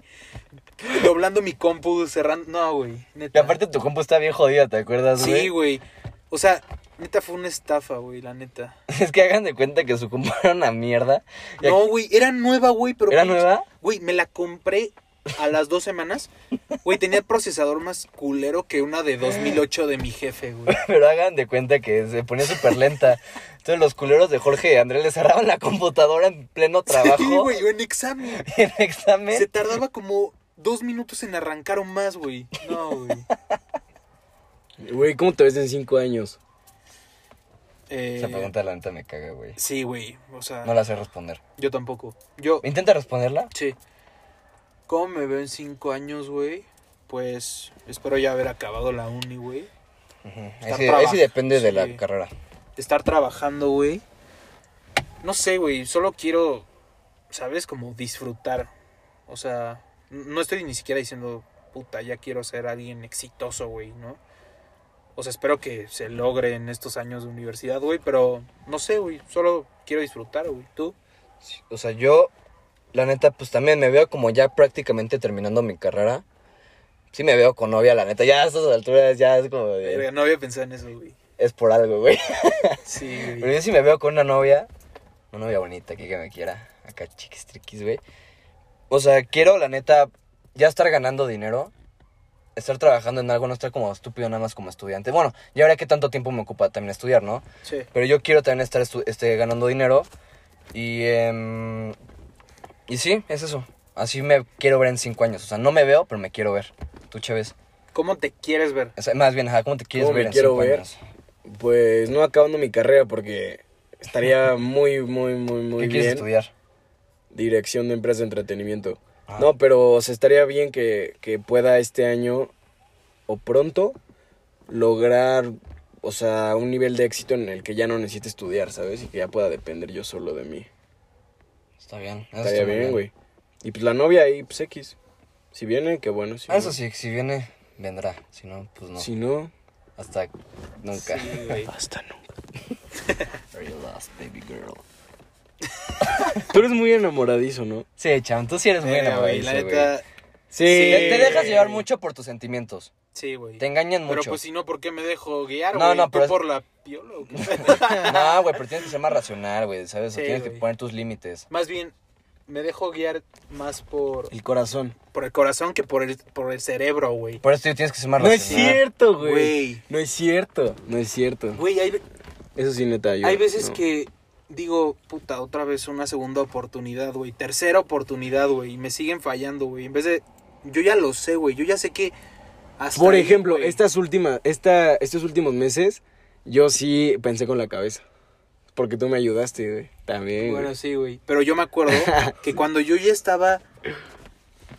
Doblando mi compu, cerrando. No, güey.
Y
neta.
aparte tu compu está bien jodida, ¿te acuerdas, güey?
Sí, güey. O sea, neta fue una estafa, güey, la neta.
[laughs] Es que hagan de cuenta que su compu [laughs] era una mierda. [laughs] Y
No, güey, era nueva, güey, pero...
¿Era nueva?
Güey, me la compré a las dos semanas. Güey, tenía procesador más culero que una de 2008 de mi jefe, güey.
[laughs] Pero hagan de cuenta que se ponía súper lenta. Entonces los culeros de Jorge y Andrés le cerraban la computadora en pleno trabajo. ¿Eh?
Sí, güey, en examen.
Y [laughs] en examen.
Se tardaba como dos minutos en arrancar o más, güey. No,
[laughs]
güey.
Güey, ¿cómo te ves en cinco años?
Eh,
Esa pregunta la neta me caga, güey.
sí, güey, o sea,
No la sé responder.
yo tampoco. Yo,
Intenta responderla.
sí. ¿Cómo me veo en cinco años, güey? Pues espero ya haber acabado la uni, güey.
Ujú. Ahí
Estar
sí, ahí sí
trabajando,
depende de
sí.
la carrera.
estar trabajando, güey. No sé, güey, solo quiero, ¿sabes? Como disfrutar. O sea, n- no estoy ni siquiera diciendo, puta, ya quiero ser alguien exitoso, güey, ¿no? O sea, espero que se logre en estos años de universidad, güey, pero no sé, güey, solo quiero disfrutar, güey. ¿Tú?
Sí, O sea, yo, la neta, pues también me veo como ya prácticamente terminando mi carrera. sí me veo con novia, la neta. Ya a estas alturas ya es como de-
Verga, no había pensado en eso, güey.
es por algo, güey.
Sí,
Pero [laughs]
güey.
yo sí me veo con una novia, una novia bonita aquí que me quiera, acá chiquis triquis, güey. O sea, quiero, la neta, ya estar ganando dinero, estar trabajando en algo, no estar como estúpido nada más como estudiante. Bueno, ya veré qué tanto tiempo me ocupa también estudiar, ¿no?
Sí.
Pero yo quiero también estar estu- este, ganando dinero. Y, em, y sí, es eso. Así me quiero ver en cinco años. O sea, no me veo, pero me quiero ver. Tú, Chévez.
¿Cómo te quieres ver?
O sea, más bien, ajá, ¿cómo te quieres
¿Cómo me
ver en
quiero
cinco
ver?
años?
Pues no acabando mi carrera porque
[laughs]
estaría muy, muy, muy, muy
¿Qué
bien.
quieres estudiar?
Dirección de empresa de entretenimiento.
Ah.
No, pero se estaría bien que, que pueda este año o pronto lograr, o sea, un nivel de éxito en el que ya no necesite estudiar, ¿sabes? Y que ya pueda depender yo solo de mí.
Está bien. eso
Estaría
está muy
bien, güey. Y pues la novia ahí, pues X. Si viene, qué bueno. Si
Ah, Eso
no-
sí, si viene, vendrá. Si no, pues no.
Si no,
Hasta nunca.
Sí,
[laughs]
güey.
hasta nunca.
Very last baby girl.
Tú eres muy enamoradizo, ¿no?
Sí, chan, tú sí eres muy
Verga, Eh, güey,
enamoradizo,
La
güey.
neta.
Sí.
Te, te dejas llevar mucho por tus sentimientos.
Sí, güey.
Te engañan
Pero
mucho.
pues si no, ¿por qué me dejo guiar,
No,
güey?
no,
¿Tú
pero es-
por la piola o qué?
[laughs] No, güey, pero tienes que ser más racional, güey, ¿sabes? O
Sí,
tienes que
güey.
poner tus límites.
[laughs] Más bien, me dejo guiar más por,
El corazón.
por el corazón que por el, por el cerebro, güey.
Por eso tú tienes que ser más
No es
racional.
cierto, güey.
Güey.
No es cierto. No es cierto.
Güey, hay,
Eso sí, neta. yo-
hay veces
no.
que digo, puta, otra vez una segunda oportunidad, güey. Tercera oportunidad, güey. Y me siguen fallando, güey. En vez de... Yo ya lo sé, güey. Yo ya sé que... hasta
Por
ahí,
ejemplo,
este
güey.
estas últimas, esta, estos últimos meses, yo sí pensé con la cabeza. Porque tú me ayudaste, güey. También.
Bueno,
güey.
sí, güey. Pero yo me
[laughs]
acuerdo que cuando yo ya estaba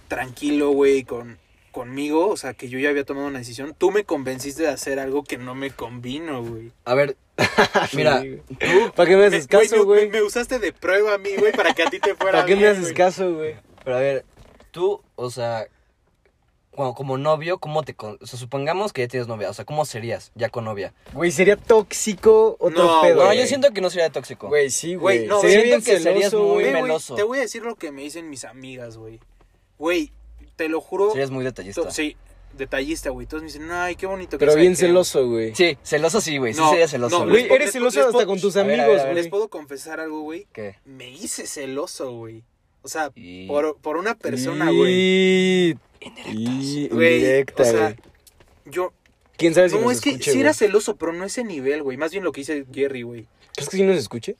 tranquilo, güey, con, conmigo, o sea, que yo ya había tomado una decisión, tú me convenciste de hacer algo que no me convino, güey. Eh,
A ver, [laughs] mira,
Sí, güey. [laughs] ¿Para qué me haces caso,
me-
güey?
Me, me usaste de prueba a mí, güey, para que a
[laughs]
ti te fuera
¿Para qué me
bien,
haces
güey.
caso, güey?
pero a ver, tú, o sea, cuando- como novio, ¿cómo te... con- O sea, supongamos que ya tienes novia, o sea, ¿cómo serías ya con novia?
Güey, sería tóxico otro
No,
pedo.
Güey.
No, yo siento que no sería tóxico.
Güey, sí,
Güey,
güey.
no,
sería
siento
bien
que serías
celoso,
muy
güey.
Güey, güey,
meloso.
Te voy a decir lo que me dicen mis amigas, güey. Güey, te lo juro.
Serías muy detallista.
to- sí, detallista, güey. Todos me dicen, ay, qué bonito. que
Pero
sea
bien
que-".
celoso, güey.
Sí, celoso sí, güey. Sí
No,
sería celoso. güey.
no,
Güey,
Les-
eres
les-
celoso
les-
hasta con tus
a ver, a ver,
amigos,
a ver.
güey.
Les puedo confesar algo, güey.
¿Qué?
me hice celoso, güey. O sea,
Y-
por, por una persona,
Y-
güey.
Y...
Güey,
Indirecta,
o sea,
güey.
Yo.
¿Quién sabe si
No,
nos
es que
escuche,
sí
güey?
era celoso, pero no ese nivel, güey. Más bien lo que dice Gary, güey.
¿Crees que sí nos escuche?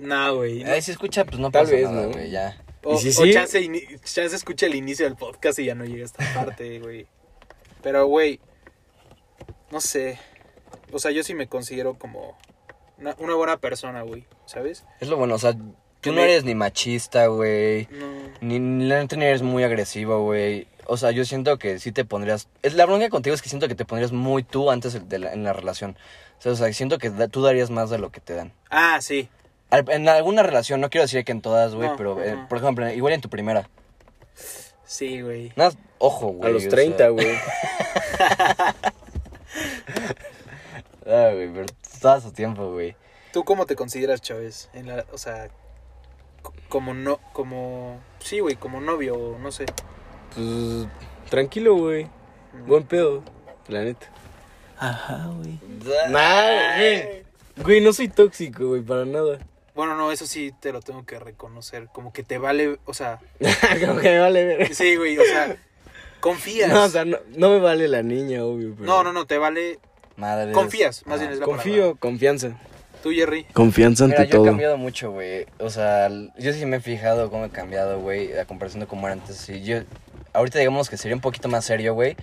Nah, güey.
Ahí si escucha, pues no
Tal
pasa
vez,
nada,
¿no?
güey, ya.
O,
¿Y si
o
sí?
chance, ini- chance escucha el inicio del podcast y ya no llega a esta parte, [laughs] güey. Pero, güey. No sé. O sea, yo sí me considero como una, una buena persona, güey. ¿Sabes?
Es lo bueno, o sea, tú no
Me-
eres ni machista, güey.
No.
Ni, ni la neta ni eres muy agresivo, güey. O sea, yo siento que sí te pondrías... Es, la bronca contigo es que siento que te pondrías muy tú antes de la- en la relación. O sea, o sea, siento que da- tú darías más de lo que te dan.
Ah, sí.
Al- en alguna relación, no quiero decir que en todas, güey,
No,
pero, eh,
ajá.
por ejemplo, igual en tu primera.
Sí, güey.
Nada, más, ojo, güey.
A los
o
30,
sea.
güey.
Ah, güey, pero todo a su tiempo, güey.
¿Tú cómo te consideras, Chávez? En la, o sea, co- como no, como sí, güey, como novio, o no sé.
[laughs] Pues tranquilo, güey. Buen pedo, la neta.
Ajá, güey.
Nah, güey. Güey, no soy tóxico, güey, para nada.
Bueno, no, eso sí te lo tengo que reconocer, como que te vale, o sea,
Como que me vale ver.
sí, güey, o sea,
[laughs]
confías.
No, o sea, no, no me vale la niña, obvio, pero.
no, no, no, te vale,
Madre.
confías, más bien es la
Ah, Confío, confianza.
palabra. Tú, Jerry.
Confianza
Mira, yo he cambiado mucho, güey. O sea, l- yo sí me he fijado cómo he cambiado, güey, a comparación de cómo era antes. Sí, yo, ahorita digamos que sería un poquito más serio, güey.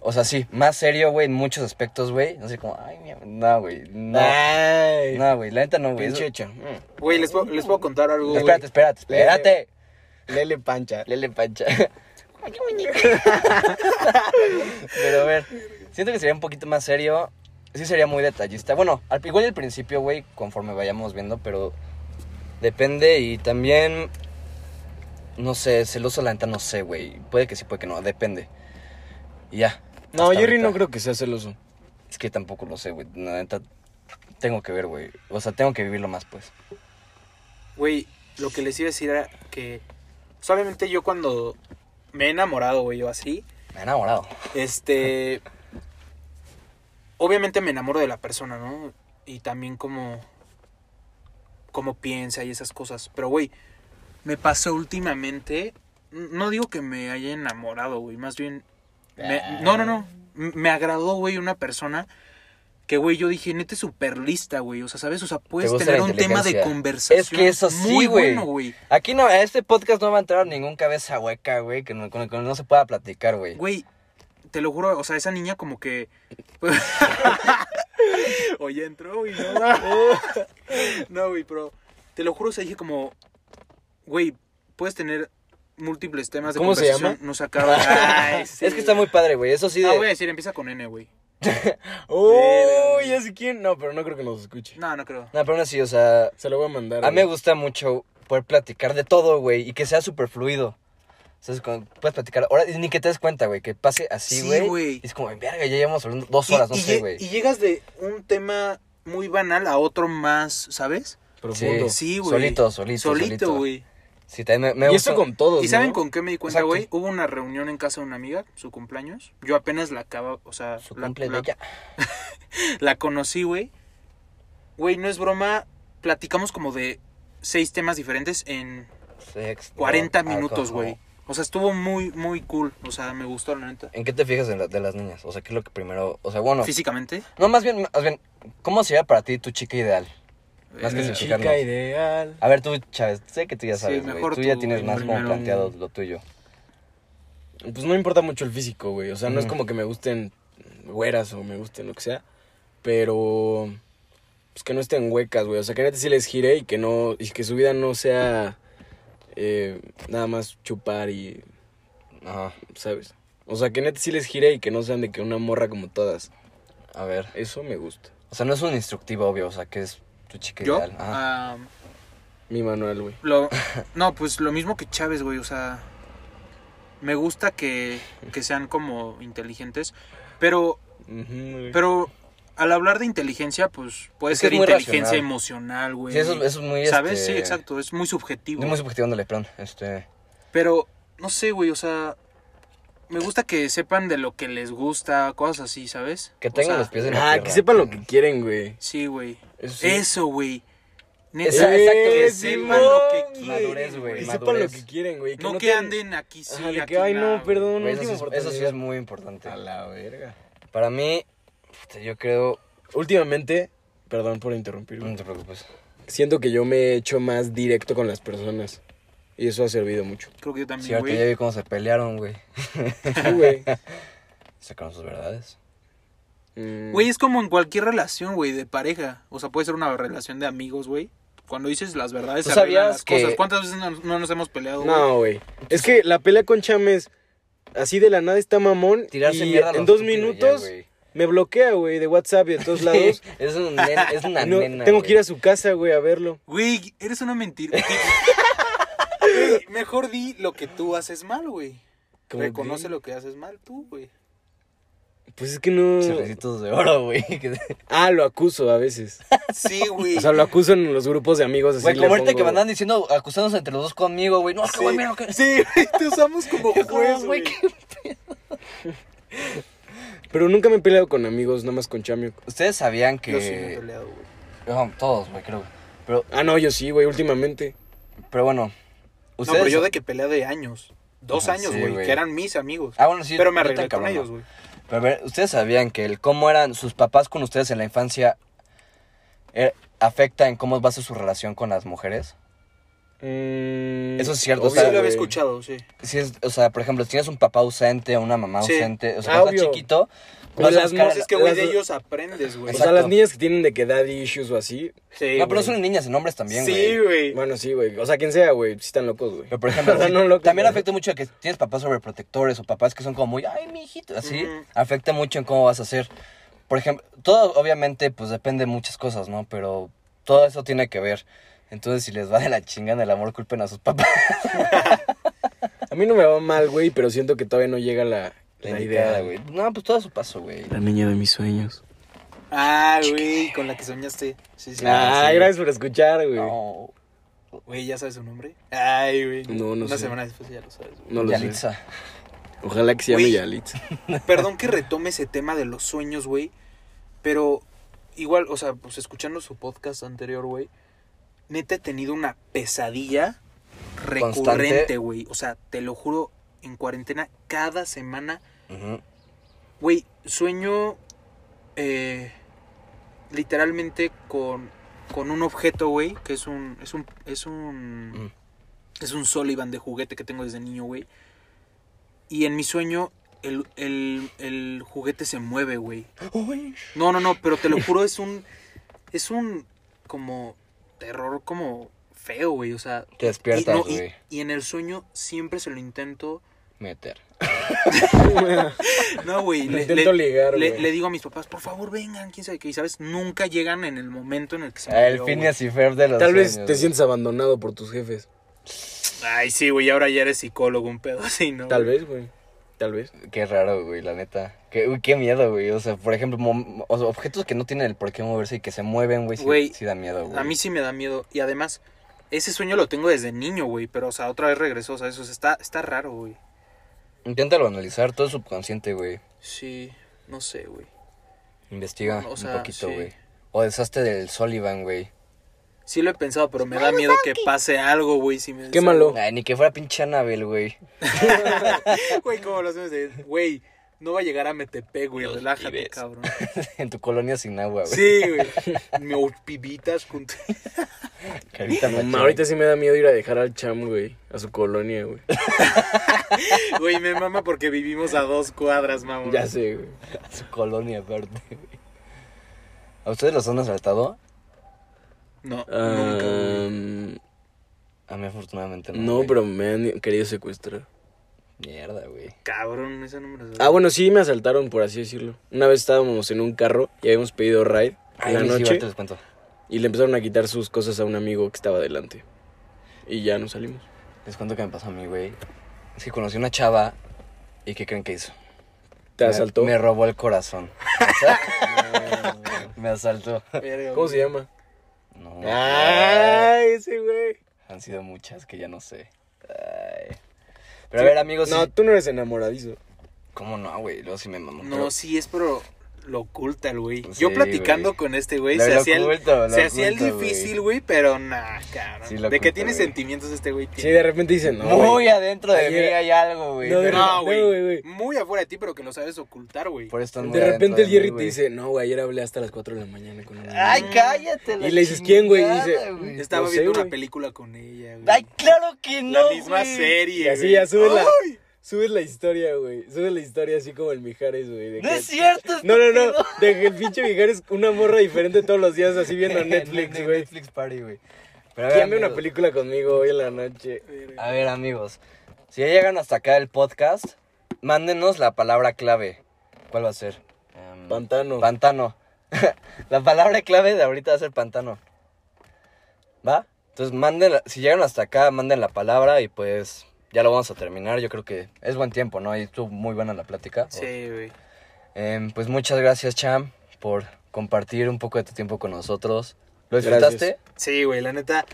O sea, sí, más serio, güey, en muchos aspectos, güey. No sé, como, ay, mi am- no, güey, no.
Ay,
No, güey, la neta no, güey. Eso-
pinche hecha.
Güey, les puedo, les puedo contar algo, güey.
Espérate, espérate, espérate.
Lele pancha.
Lele pancha. [laughs] Pero a ver, siento que sería un poquito más serio. Sí sería muy detallista. Bueno, al, igual al principio, güey, conforme vayamos viendo, pero depende y también, no sé, celoso la neta, no sé, güey. Puede que sí, puede que no, depende. Y ya.
No,
hasta
Jerry
ahorita.
no creo que sea celoso.
Es que tampoco lo sé, güey. La neta, tengo que ver, güey. O sea, tengo que vivirlo más, pues.
Güey, lo que les iba a decir era que solamente yo cuando me he enamorado, güey, o así,
Me he enamorado.
Este. Obviamente me enamoro de la persona, ¿no? Y también como. Cómo piensa y esas cosas. Pero, güey, me pasó últimamente. n- No digo que me haya enamorado, güey. Más bien. me-
Ah.
no, no, no. M- Me agradó, güey, una persona. Que, güey, yo dije, neta es súper lista, güey. O sea, ¿sabes? O sea, puedes
gusta
tener
la
un tema de
inteligencia.
conversación.
Es que eso sí,
muy
güey.
bueno, güey.
Aquí no, a este podcast no va a entrar ningún cabeza hueca, güey, que no, con el que no se pueda platicar, güey.
Güey, te lo juro, o sea, esa niña como
[laughs]
que. Oye, entró, güey,
[laughs]
no. no, güey, pero. Te lo juro, o sea, dije como. Güey, puedes tener múltiples temas de
¿Cómo se
conversación.
llama?
[laughs]
Nos acaba. Ay, sí. Ah,
Es que está muy padre, güey. Eso sí de.
No, voy a decir, empieza con N, güey.
¡Oh! Ya sé quién. No, pero no creo que nos escuche.
No, no creo.
No, pero aún así, o sea,
Se lo voy a mandar.
a mí me
güey.
gusta mucho poder platicar de todo, güey, y que sea súper fluido. O sea, es como, puedes platicar ahora y ni que te des cuenta, güey, que pase así,
Sí,
güey.
güey.
y es como, verga, ya llevamos hablando dos horas, no
y,
sé,
lle-
güey.
y llegas de un tema muy banal a otro más, ¿sabes?
Profundo.
Sí, güey.
Solito, solito,
Solito,
solito.
güey.
Sí, también me, me
y
gusta.
esto con todos.
¿Y saben
¿no?
con qué me di cuenta,
Exacto.
güey? Hubo una reunión en casa de una amiga, su cumpleaños. Yo apenas la acababa, o sea,
Su
la,
cumple
la-
de ah, ella.
la conocí, güey. Güey, no es broma, platicamos como de seis temas diferentes en
Sex,
40
drug,
minutos,
alcohol.
güey. O sea, estuvo muy, muy cool. O sea, me gustó, la neta.
¿En qué te fijas de, la- de las niñas? O sea, ¿qué es lo que primero. O sea, bueno.
Físicamente.
No, más bien, más bien, ¿cómo sería para ti tu chica ideal? Más que
Mi
sin
Eh, chica
fijarnos.
ideal.
A ver, tú, Chávez, sé que tú ya sabes, güey.
mejor
tú ya
tú,
tienes
güey,
más como
primero.
planteado lo tuyo.
Pues no importa mucho el físico, güey. O sea, no es
Ujú.
como que me gusten güeras o me gusten lo que sea. Pero. Pues que no estén huecas, güey. O sea, que neta sí les gire y que no. Y que su vida no sea. eh, nada más chupar y.
Ajá.
¿Sabes? O sea, que neta sí les gire y que no sean de que una morra como todas.
A ver.
Eso me gusta.
O sea, no es un instructivo, obvio. O sea, que es tu chica
Yo.
ideal. Ajá.
ah,
Mi manual, güey.
lo, no, pues lo mismo que Chávez, güey. O sea, me gusta que, que sean como inteligentes. Pero
Ujú, güey.
Pero al hablar de inteligencia, pues puede
Es que
ser
es muy
inteligencia
racional.
emocional, güey.
Sí, eso, eso es muy.
¿Sabes?
este,
Sí, exacto, es muy subjetivo.
Es muy subjetivo, ándale, perdón. Este.
Pero, no sé, güey, o sea, me gusta que sepan de lo que les gusta, cosas así, ¿sabes?
Que
O
tengan
sea,
los pies en la
Ah,
tierra.
que sepan lo que quieren, güey.
Sí, güey.
Eso sí.
Eso, güey. Neta,
Esa- exacto,
que
güey,
sepan
Simón,
lo que quieren.
madurez, güey,
Que
güey.
madurez.
sepan lo que quieren, güey.
No,
no
que
te-
anden aquí, sí,
Ajá, de
aquí
que, ay,
nada,
no,
güey".
perdón,
Güey, eso, sí
última
es- eso sí
oportunidad".
es muy importante.
A la verga.
Para mí, puta, yo creo.
Últimamente, perdón por interrumpir, güey,
No te preocupes.
siento que yo me he hecho más directo con las personas. Y eso ha servido mucho.
Creo que yo también,
Sí, ahorita ya
güey.
vi cómo se pelearon, güey.
Sí,
[laughs]
güey.
Sacaron sus verdades.
Mm,
Güey, es como en cualquier relación, güey, de pareja. O sea, puede ser una relación de amigos, güey. Cuando dices las verdades,
¿Tú
se arreglan
sabías
las
que-
cosas. ¿Cuántas veces no, no nos hemos peleado, güey?
No, güey. Es que la pelea con Chames, así de la nada está mamón.
Tirarse
y
mierda a lo
en dos
estúpido ya,
minutos
güey.
me bloquea, güey, de WhatsApp y de
[laughs]
todos lados.
es, un nen- es una
No,
nena.
tengo que ir
güey.
a su casa, güey, a verlo.
Güey, eres una
[laughs]
mentira. Mejor di lo que tú haces mal, güey.
¿Cómo
Reconoce
qué?
lo que haces mal tú, güey.
Pues es que no.
Cerrecitos de oro, güey. [laughs] que-
Ah, lo acuso a veces.
[laughs] Sí, güey.
O sea, lo acuso en los grupos de amigos. así
Güey,
le
como ahorita
pongo-
que me andan diciendo, acusándose entre los dos conmigo, güey. No, que güey, mira que.
Sí, güey, te usamos como juez,
como,
güey.
güey,
Pero nunca me he peleado con amigos, nada más con Chamio.
Ustedes sabían
Yo sí me he
que.
peleado, güey.
No, todos, güey, creo. Pero,
Ah, no, yo sí, güey, últimamente.
pero bueno.
No,
Ustedes.
pero yo de que pelea de años. Dos
Ajá,
años,
sí,
güey,
güey.
que eran mis amigos.
Ah, bueno, sí.
pero me
no te
arreglé con
encabrono.
ellos, güey.
Pero a ver, ustedes sabían que el cómo eran sus papás con ustedes en la infancia eh, afecta en cómo va a ser su relación con las mujeres.
Mm,
Eso es cierto,
obvio,
o sea,
Sí, lo había
güey.
escuchado, sí.
Si es, o sea, por ejemplo, si tienes un papá ausente o una mamá
Sí.
ausente, o sea,
Ah,
cuando
obvio.
estás chiquito,
Pues
vas a
las
buscar a
mozas
Pues
la-
es que, güey, de
las-
ellos aprendes,
O
güey.
Exacto.
sea, las niñas que tienen de que daddy issues o así.
Sí,
No, pero no
güey.
son en niñas, en hombres también, güey.
Sí, güey.
Bueno, sí, güey. O sea, quien sea, güey, sí están locos, güey.
Pero por [laughs] ejemplo,
[laughs] O sea,
sí,
no locos,
también
güey.
afecta mucho que tienes papás sobreprotectores o papás que son como muy, ay, mi hijito, así.
Ujú.
Afecta mucho en cómo vas a hacer. Por ejemplo, todo obviamente pues depende de muchas cosas, ¿no? Pero todo eso tiene que ver. Entonces, si les va de la chinga en el amor, culpen a sus papás.
A mí no me va mal, güey, pero siento que todavía no llega la,
[laughs] [laughs]
la
La
idea,
idea, güey. No, pues todo a su paso, güey.
La niña de mis sueños.
Ah, güey, con la que soñaste. Sí, sí.
Ah,
sí.
gracias por escuchar, güey. No,
No,
Güey, ¿ya sabes su nombre? Ay, güey.
No, no
Una
sé.
semana después ya lo sabes, güey.
lo sé.
Yalitza.
Ojalá que se llame
[laughs]
Güey.
Yalitza.
Perdón que retome ese tema de los sueños, güey. Pero igual, o sea, pues escuchando su podcast anterior, güey. Neta he tenido una pesadilla
Constante.
recurrente, güey. O sea, te lo juro, en cuarentena, cada semana,
Ujú.
güey, sueño eh, literalmente con, con un objeto, güey, que es un, es un, es un,
Mm.
es un Sullivan de juguete que tengo desde niño, güey. Y en mi sueño el, el, el juguete se mueve, güey. No, no, no, pero te lo juro, es un. Es un. Como. Terror, como. Feo, güey. O sea.
Te despiertas,
y no, y-
güey.
y, en el sueño siempre se lo intento.
Meter.
No, güey.
Lo intento ligar,
le-
güey.
le digo a mis papás, por favor, vengan, quién sabe qué. Y sabes, nunca llegan en el momento en el que se
Ah,
me
El
dio, güey.
Phineas y Ferb de los
Tal vez
sueños,
te
güey.
sientes abandonado por tus jefes.
Ay, sí, güey. Ahora ya eres psicólogo, un pedo así, ¿no?
Tal
güey?
vez, güey. Tal vez.
Qué raro, güey, la neta. Qué, uy, qué miedo, güey. O sea, por ejemplo, mom- o sea, objetos que no tienen el por qué moverse y que se mueven, güey, sí-
Güey,
sí, da miedo, güey.
A mí sí me da miedo. Y además, ese sueño lo tengo desde niño, güey. Pero, o sea, otra vez regresó. O sea, eso está, está raro, güey.
Inténtalo analizar, todo es subconsciente, güey.
Sí, no sé, güey.
Ah,
Investiga
O sea,
un poquito,
sí.
güey. O deshazte del Sullivan, güey.
Sí lo he pensado, pero me da miedo que pase algo, güey. Si me
Quémalo.
Ay, ni que fuera pinche Annabelle, güey.
[laughs]
[laughs]
Güey, ¿cómo lo hacemos? De- Güey, no va a llegar a Metepec, güey. Relájate,
[laughs]
cabrón.
en tu colonia sin agua, güey.
Sí, güey. Me o pibitas con...
Carita
[laughs]
No, ma,
machín.
Mm, ahorita sí me da miedo ir a dejar al cham, güey. A su
[laughs]
colonia, güey.
Güey, me mama porque vivimos a dos cuadras, mamón.
Ya sé, güey.
A [laughs] su colonia aparte, güey. ¿A ustedes los han asaltado?
No,
Ah.
nunca, güey.
Um,
A mí afortunadamente no.
no,
güey.
pero me han querido secuestrar.
Mierda, güey.
Cabrón, ese número. es-
Ah, bueno, sí me asaltaron, por así decirlo. Una vez estábamos en un carro y habíamos pedido ride
Ay,
en la
a mí sí,
noche
ahorita les cuento.
y le empezaron a quitar sus cosas a un amigo que estaba adelante. Y ya nos salimos.
Les cuento que me pasó a mí, güey. Es que conocí una chava y ¿qué creen que hizo?
¿Te
Me-
asaltó?
Me robó el
[laughs]
corazón. me asaltó.
Verga,
¿Cómo
güey.
se llama?
No.
Ay, ese güey.
Han sido muchas que ya no sé. Ay. Pero a ver, amigos.
No,
sí-
tú no eres enamoradizo.
¿Cómo no, güey? Luego sí me mamó.
No, sí, es pero lo oculta el güey.
Sí,
Yo platicando
güey.
con este güey
Lo-
se
lo
hacía el,
oculto, lo
se hacía el
oculto, güey.
difícil, güey, pero nah, cabrón.
Sí,
de
lo
que
oculto,
tiene
güey.
sentimientos este güey
Sí,
tiene.
de repente dicen, no.
Muy
güey.
adentro de
Ayer-
mí hay algo, güey.
No, de
No,
no,
No, güey,
güey.
güey.
Muy afuera de ti, pero que lo sabes ocultar, güey.
Por esto
De repente el Jerry te dice, no, güey, ayer hablé hasta las 4 de la mañana con un
Ay,
amigo".
cállate. la
Y le dices, "¿Quién, güey?" Y
chingada,
dice, "Mm".
güey.
Estaba
No sé,
viendo una
güey.
película con ella, güey.
Ay, claro que no.
la misma
güey.
serie.
Y así
güey.
ya subes la,
¡Ay!
subes la historia, güey. Subes la historia así como el Mijares, güey. de
No
que-
es cierto.
No, no, no.
estúpido.
De que el pinche Mijares una morra diferente todos los días así
[laughs]
viendo
En
Netflix, güey.
Netflix Party, güey. Pero a ver,
Quién ve una
amigos,
película conmigo hoy en la noche.
Verga.
A ver, amigos. Si ya llegan hasta acá el podcast, mándenos la palabra clave. ¿Cuál va a ser? Em,
Pantano.
Pantano. [laughs] la palabra clave de ahorita va a ser pantano. ¿Va? Entonces, manden, la- si llegan hasta acá, manden la palabra y pues ya lo vamos a terminar. Yo creo que es buen tiempo, ¿no? Y estuvo muy buena la plática.
Sí, güey.
Em, pues muchas gracias, Cham, por compartir un poco de tu tiempo con nosotros. ¿Lo
Gracias.
disfrutaste?
Sí, güey, la neta.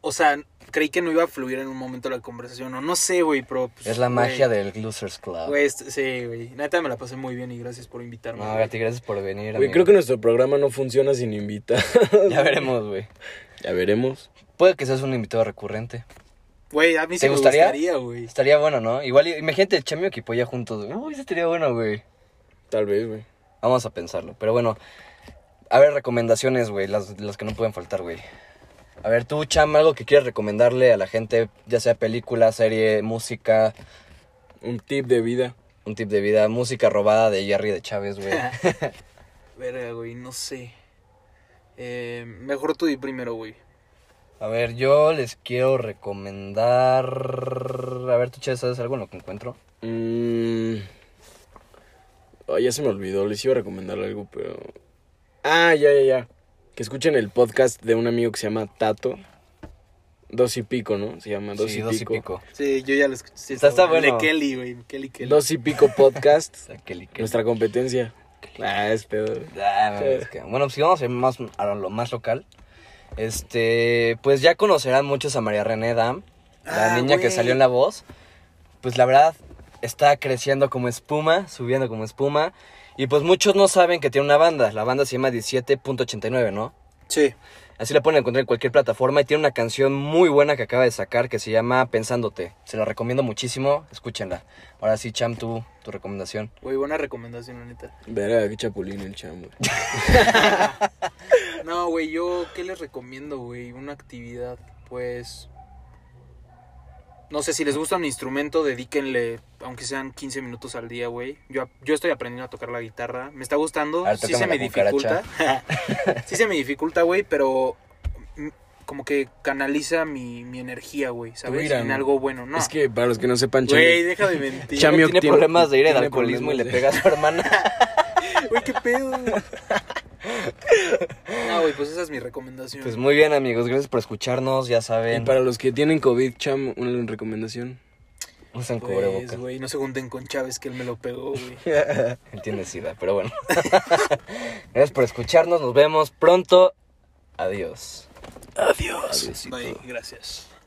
O sea, creí que no iba a fluir en un momento la conversación. O no sé, güey, pero. pues,
Es la
güey,
magia del Losers Club.
Güey, est- sí, güey. Neta me la pasé muy bien y gracias por invitarme.
No,
güey.
Gati, gracias por venir.
Güey,
amigo.
creo que nuestro programa no funciona sin invitar.
Ya veremos, güey.
[laughs] ya veremos.
Puede que seas un invitado recurrente.
Güey, a mí sí
¿Te
me
gustaría?
gustaría, güey.
Estaría bueno, ¿no? Igual, imagínate Chamio y Polla juntos. Uy, eso estaría bueno, güey.
Tal vez, güey.
Vamos a pensarlo. Pero bueno, a ver, recomendaciones, güey. Las, las que no pueden faltar, güey. A ver, tú, Cham, algo que quieras recomendarle a la gente, ya sea película, serie, música,
Un tip de vida.
un tip de vida, música robada de Jerry de Chávez, güey.
Verga, güey, no sé. Eh, mejor tú di primero, güey.
A ver, yo les quiero recomendar. A ver, tú, Chávez, ¿sabes algo en lo que encuentro?
Mmm. ya se me olvidó. Les iba a recomendar algo, pero. Ah, ya, ya, ya. Que escuchen el podcast de un amigo que se llama Tato. Dos y pico, ¿no? Se llama Dos,
sí,
y,
dos
pico.
y pico.
Sí, yo ya lo escuché. Sí,
Está- está
el
bueno.
de Kelly, güey. Kelly, Kelly.
Dos y pico podcast.
Aquel y [laughs] que-
nuestra competencia. Ah, es pedo.
Ah, no,
eh.
es que- bueno, pues si vamos a ir más a lo más local. Este, pues ya conocerán muchos a María René Dam, la
Ah,
niña que
güey.
salió en la voz. Pues la verdad, está creciendo como espuma, subiendo como espuma. Y pues muchos no saben que tiene una banda. La banda se llama 17.89, ¿no?
Sí.
Así la pueden encontrar en cualquier plataforma y tiene una canción muy buena que acaba de sacar que se llama Pensándote. Se la recomiendo muchísimo, escúchenla. Ahora sí, Cham, tú, tu recomendación.
Güey, buena recomendación, la neta.
Verá, qué chapulín el chamo.
No, güey, yo, ¿qué les recomiendo, güey? Una actividad, pues... No sé, si les gusta un instrumento, dedíquenle, aunque sean 15 minutos al día, güey. Yo, yo estoy aprendiendo a tocar la guitarra. Me está gustando.
A ver,
sí
tócame
se me
la cucaracha.
dificulta. sí se me dificulta, [laughs] güey, pero mm, como que canaliza mi, mi energía, güey, ¿sabes?
ira,
en
¿no?
algo bueno, ¿no?
Es que para los que no sepan, Chami,
Güey, deja de mentir.
Chami
tiene
obtiene-
problemas de ir al
tiene
alcoholismo y le
problemas
pega a su hermana.
[laughs] Güey, qué
[laughs]
pedo. No, güey, pues esa es mi
[laughs]
recomendación.
Pues muy bien, amigos, gracias por escucharnos, ya
de- Y
saben.
para los que tienen COVID, Cham, una recomendación.
Usan
Pues,
cubrebocas.
güey, no se junten con Chávez que él me lo pegó, güey.
Él tiene sida, pero bueno. [laughs] gracias por escucharnos, nos vemos pronto. Adiós.
Adiós. Bye, gracias.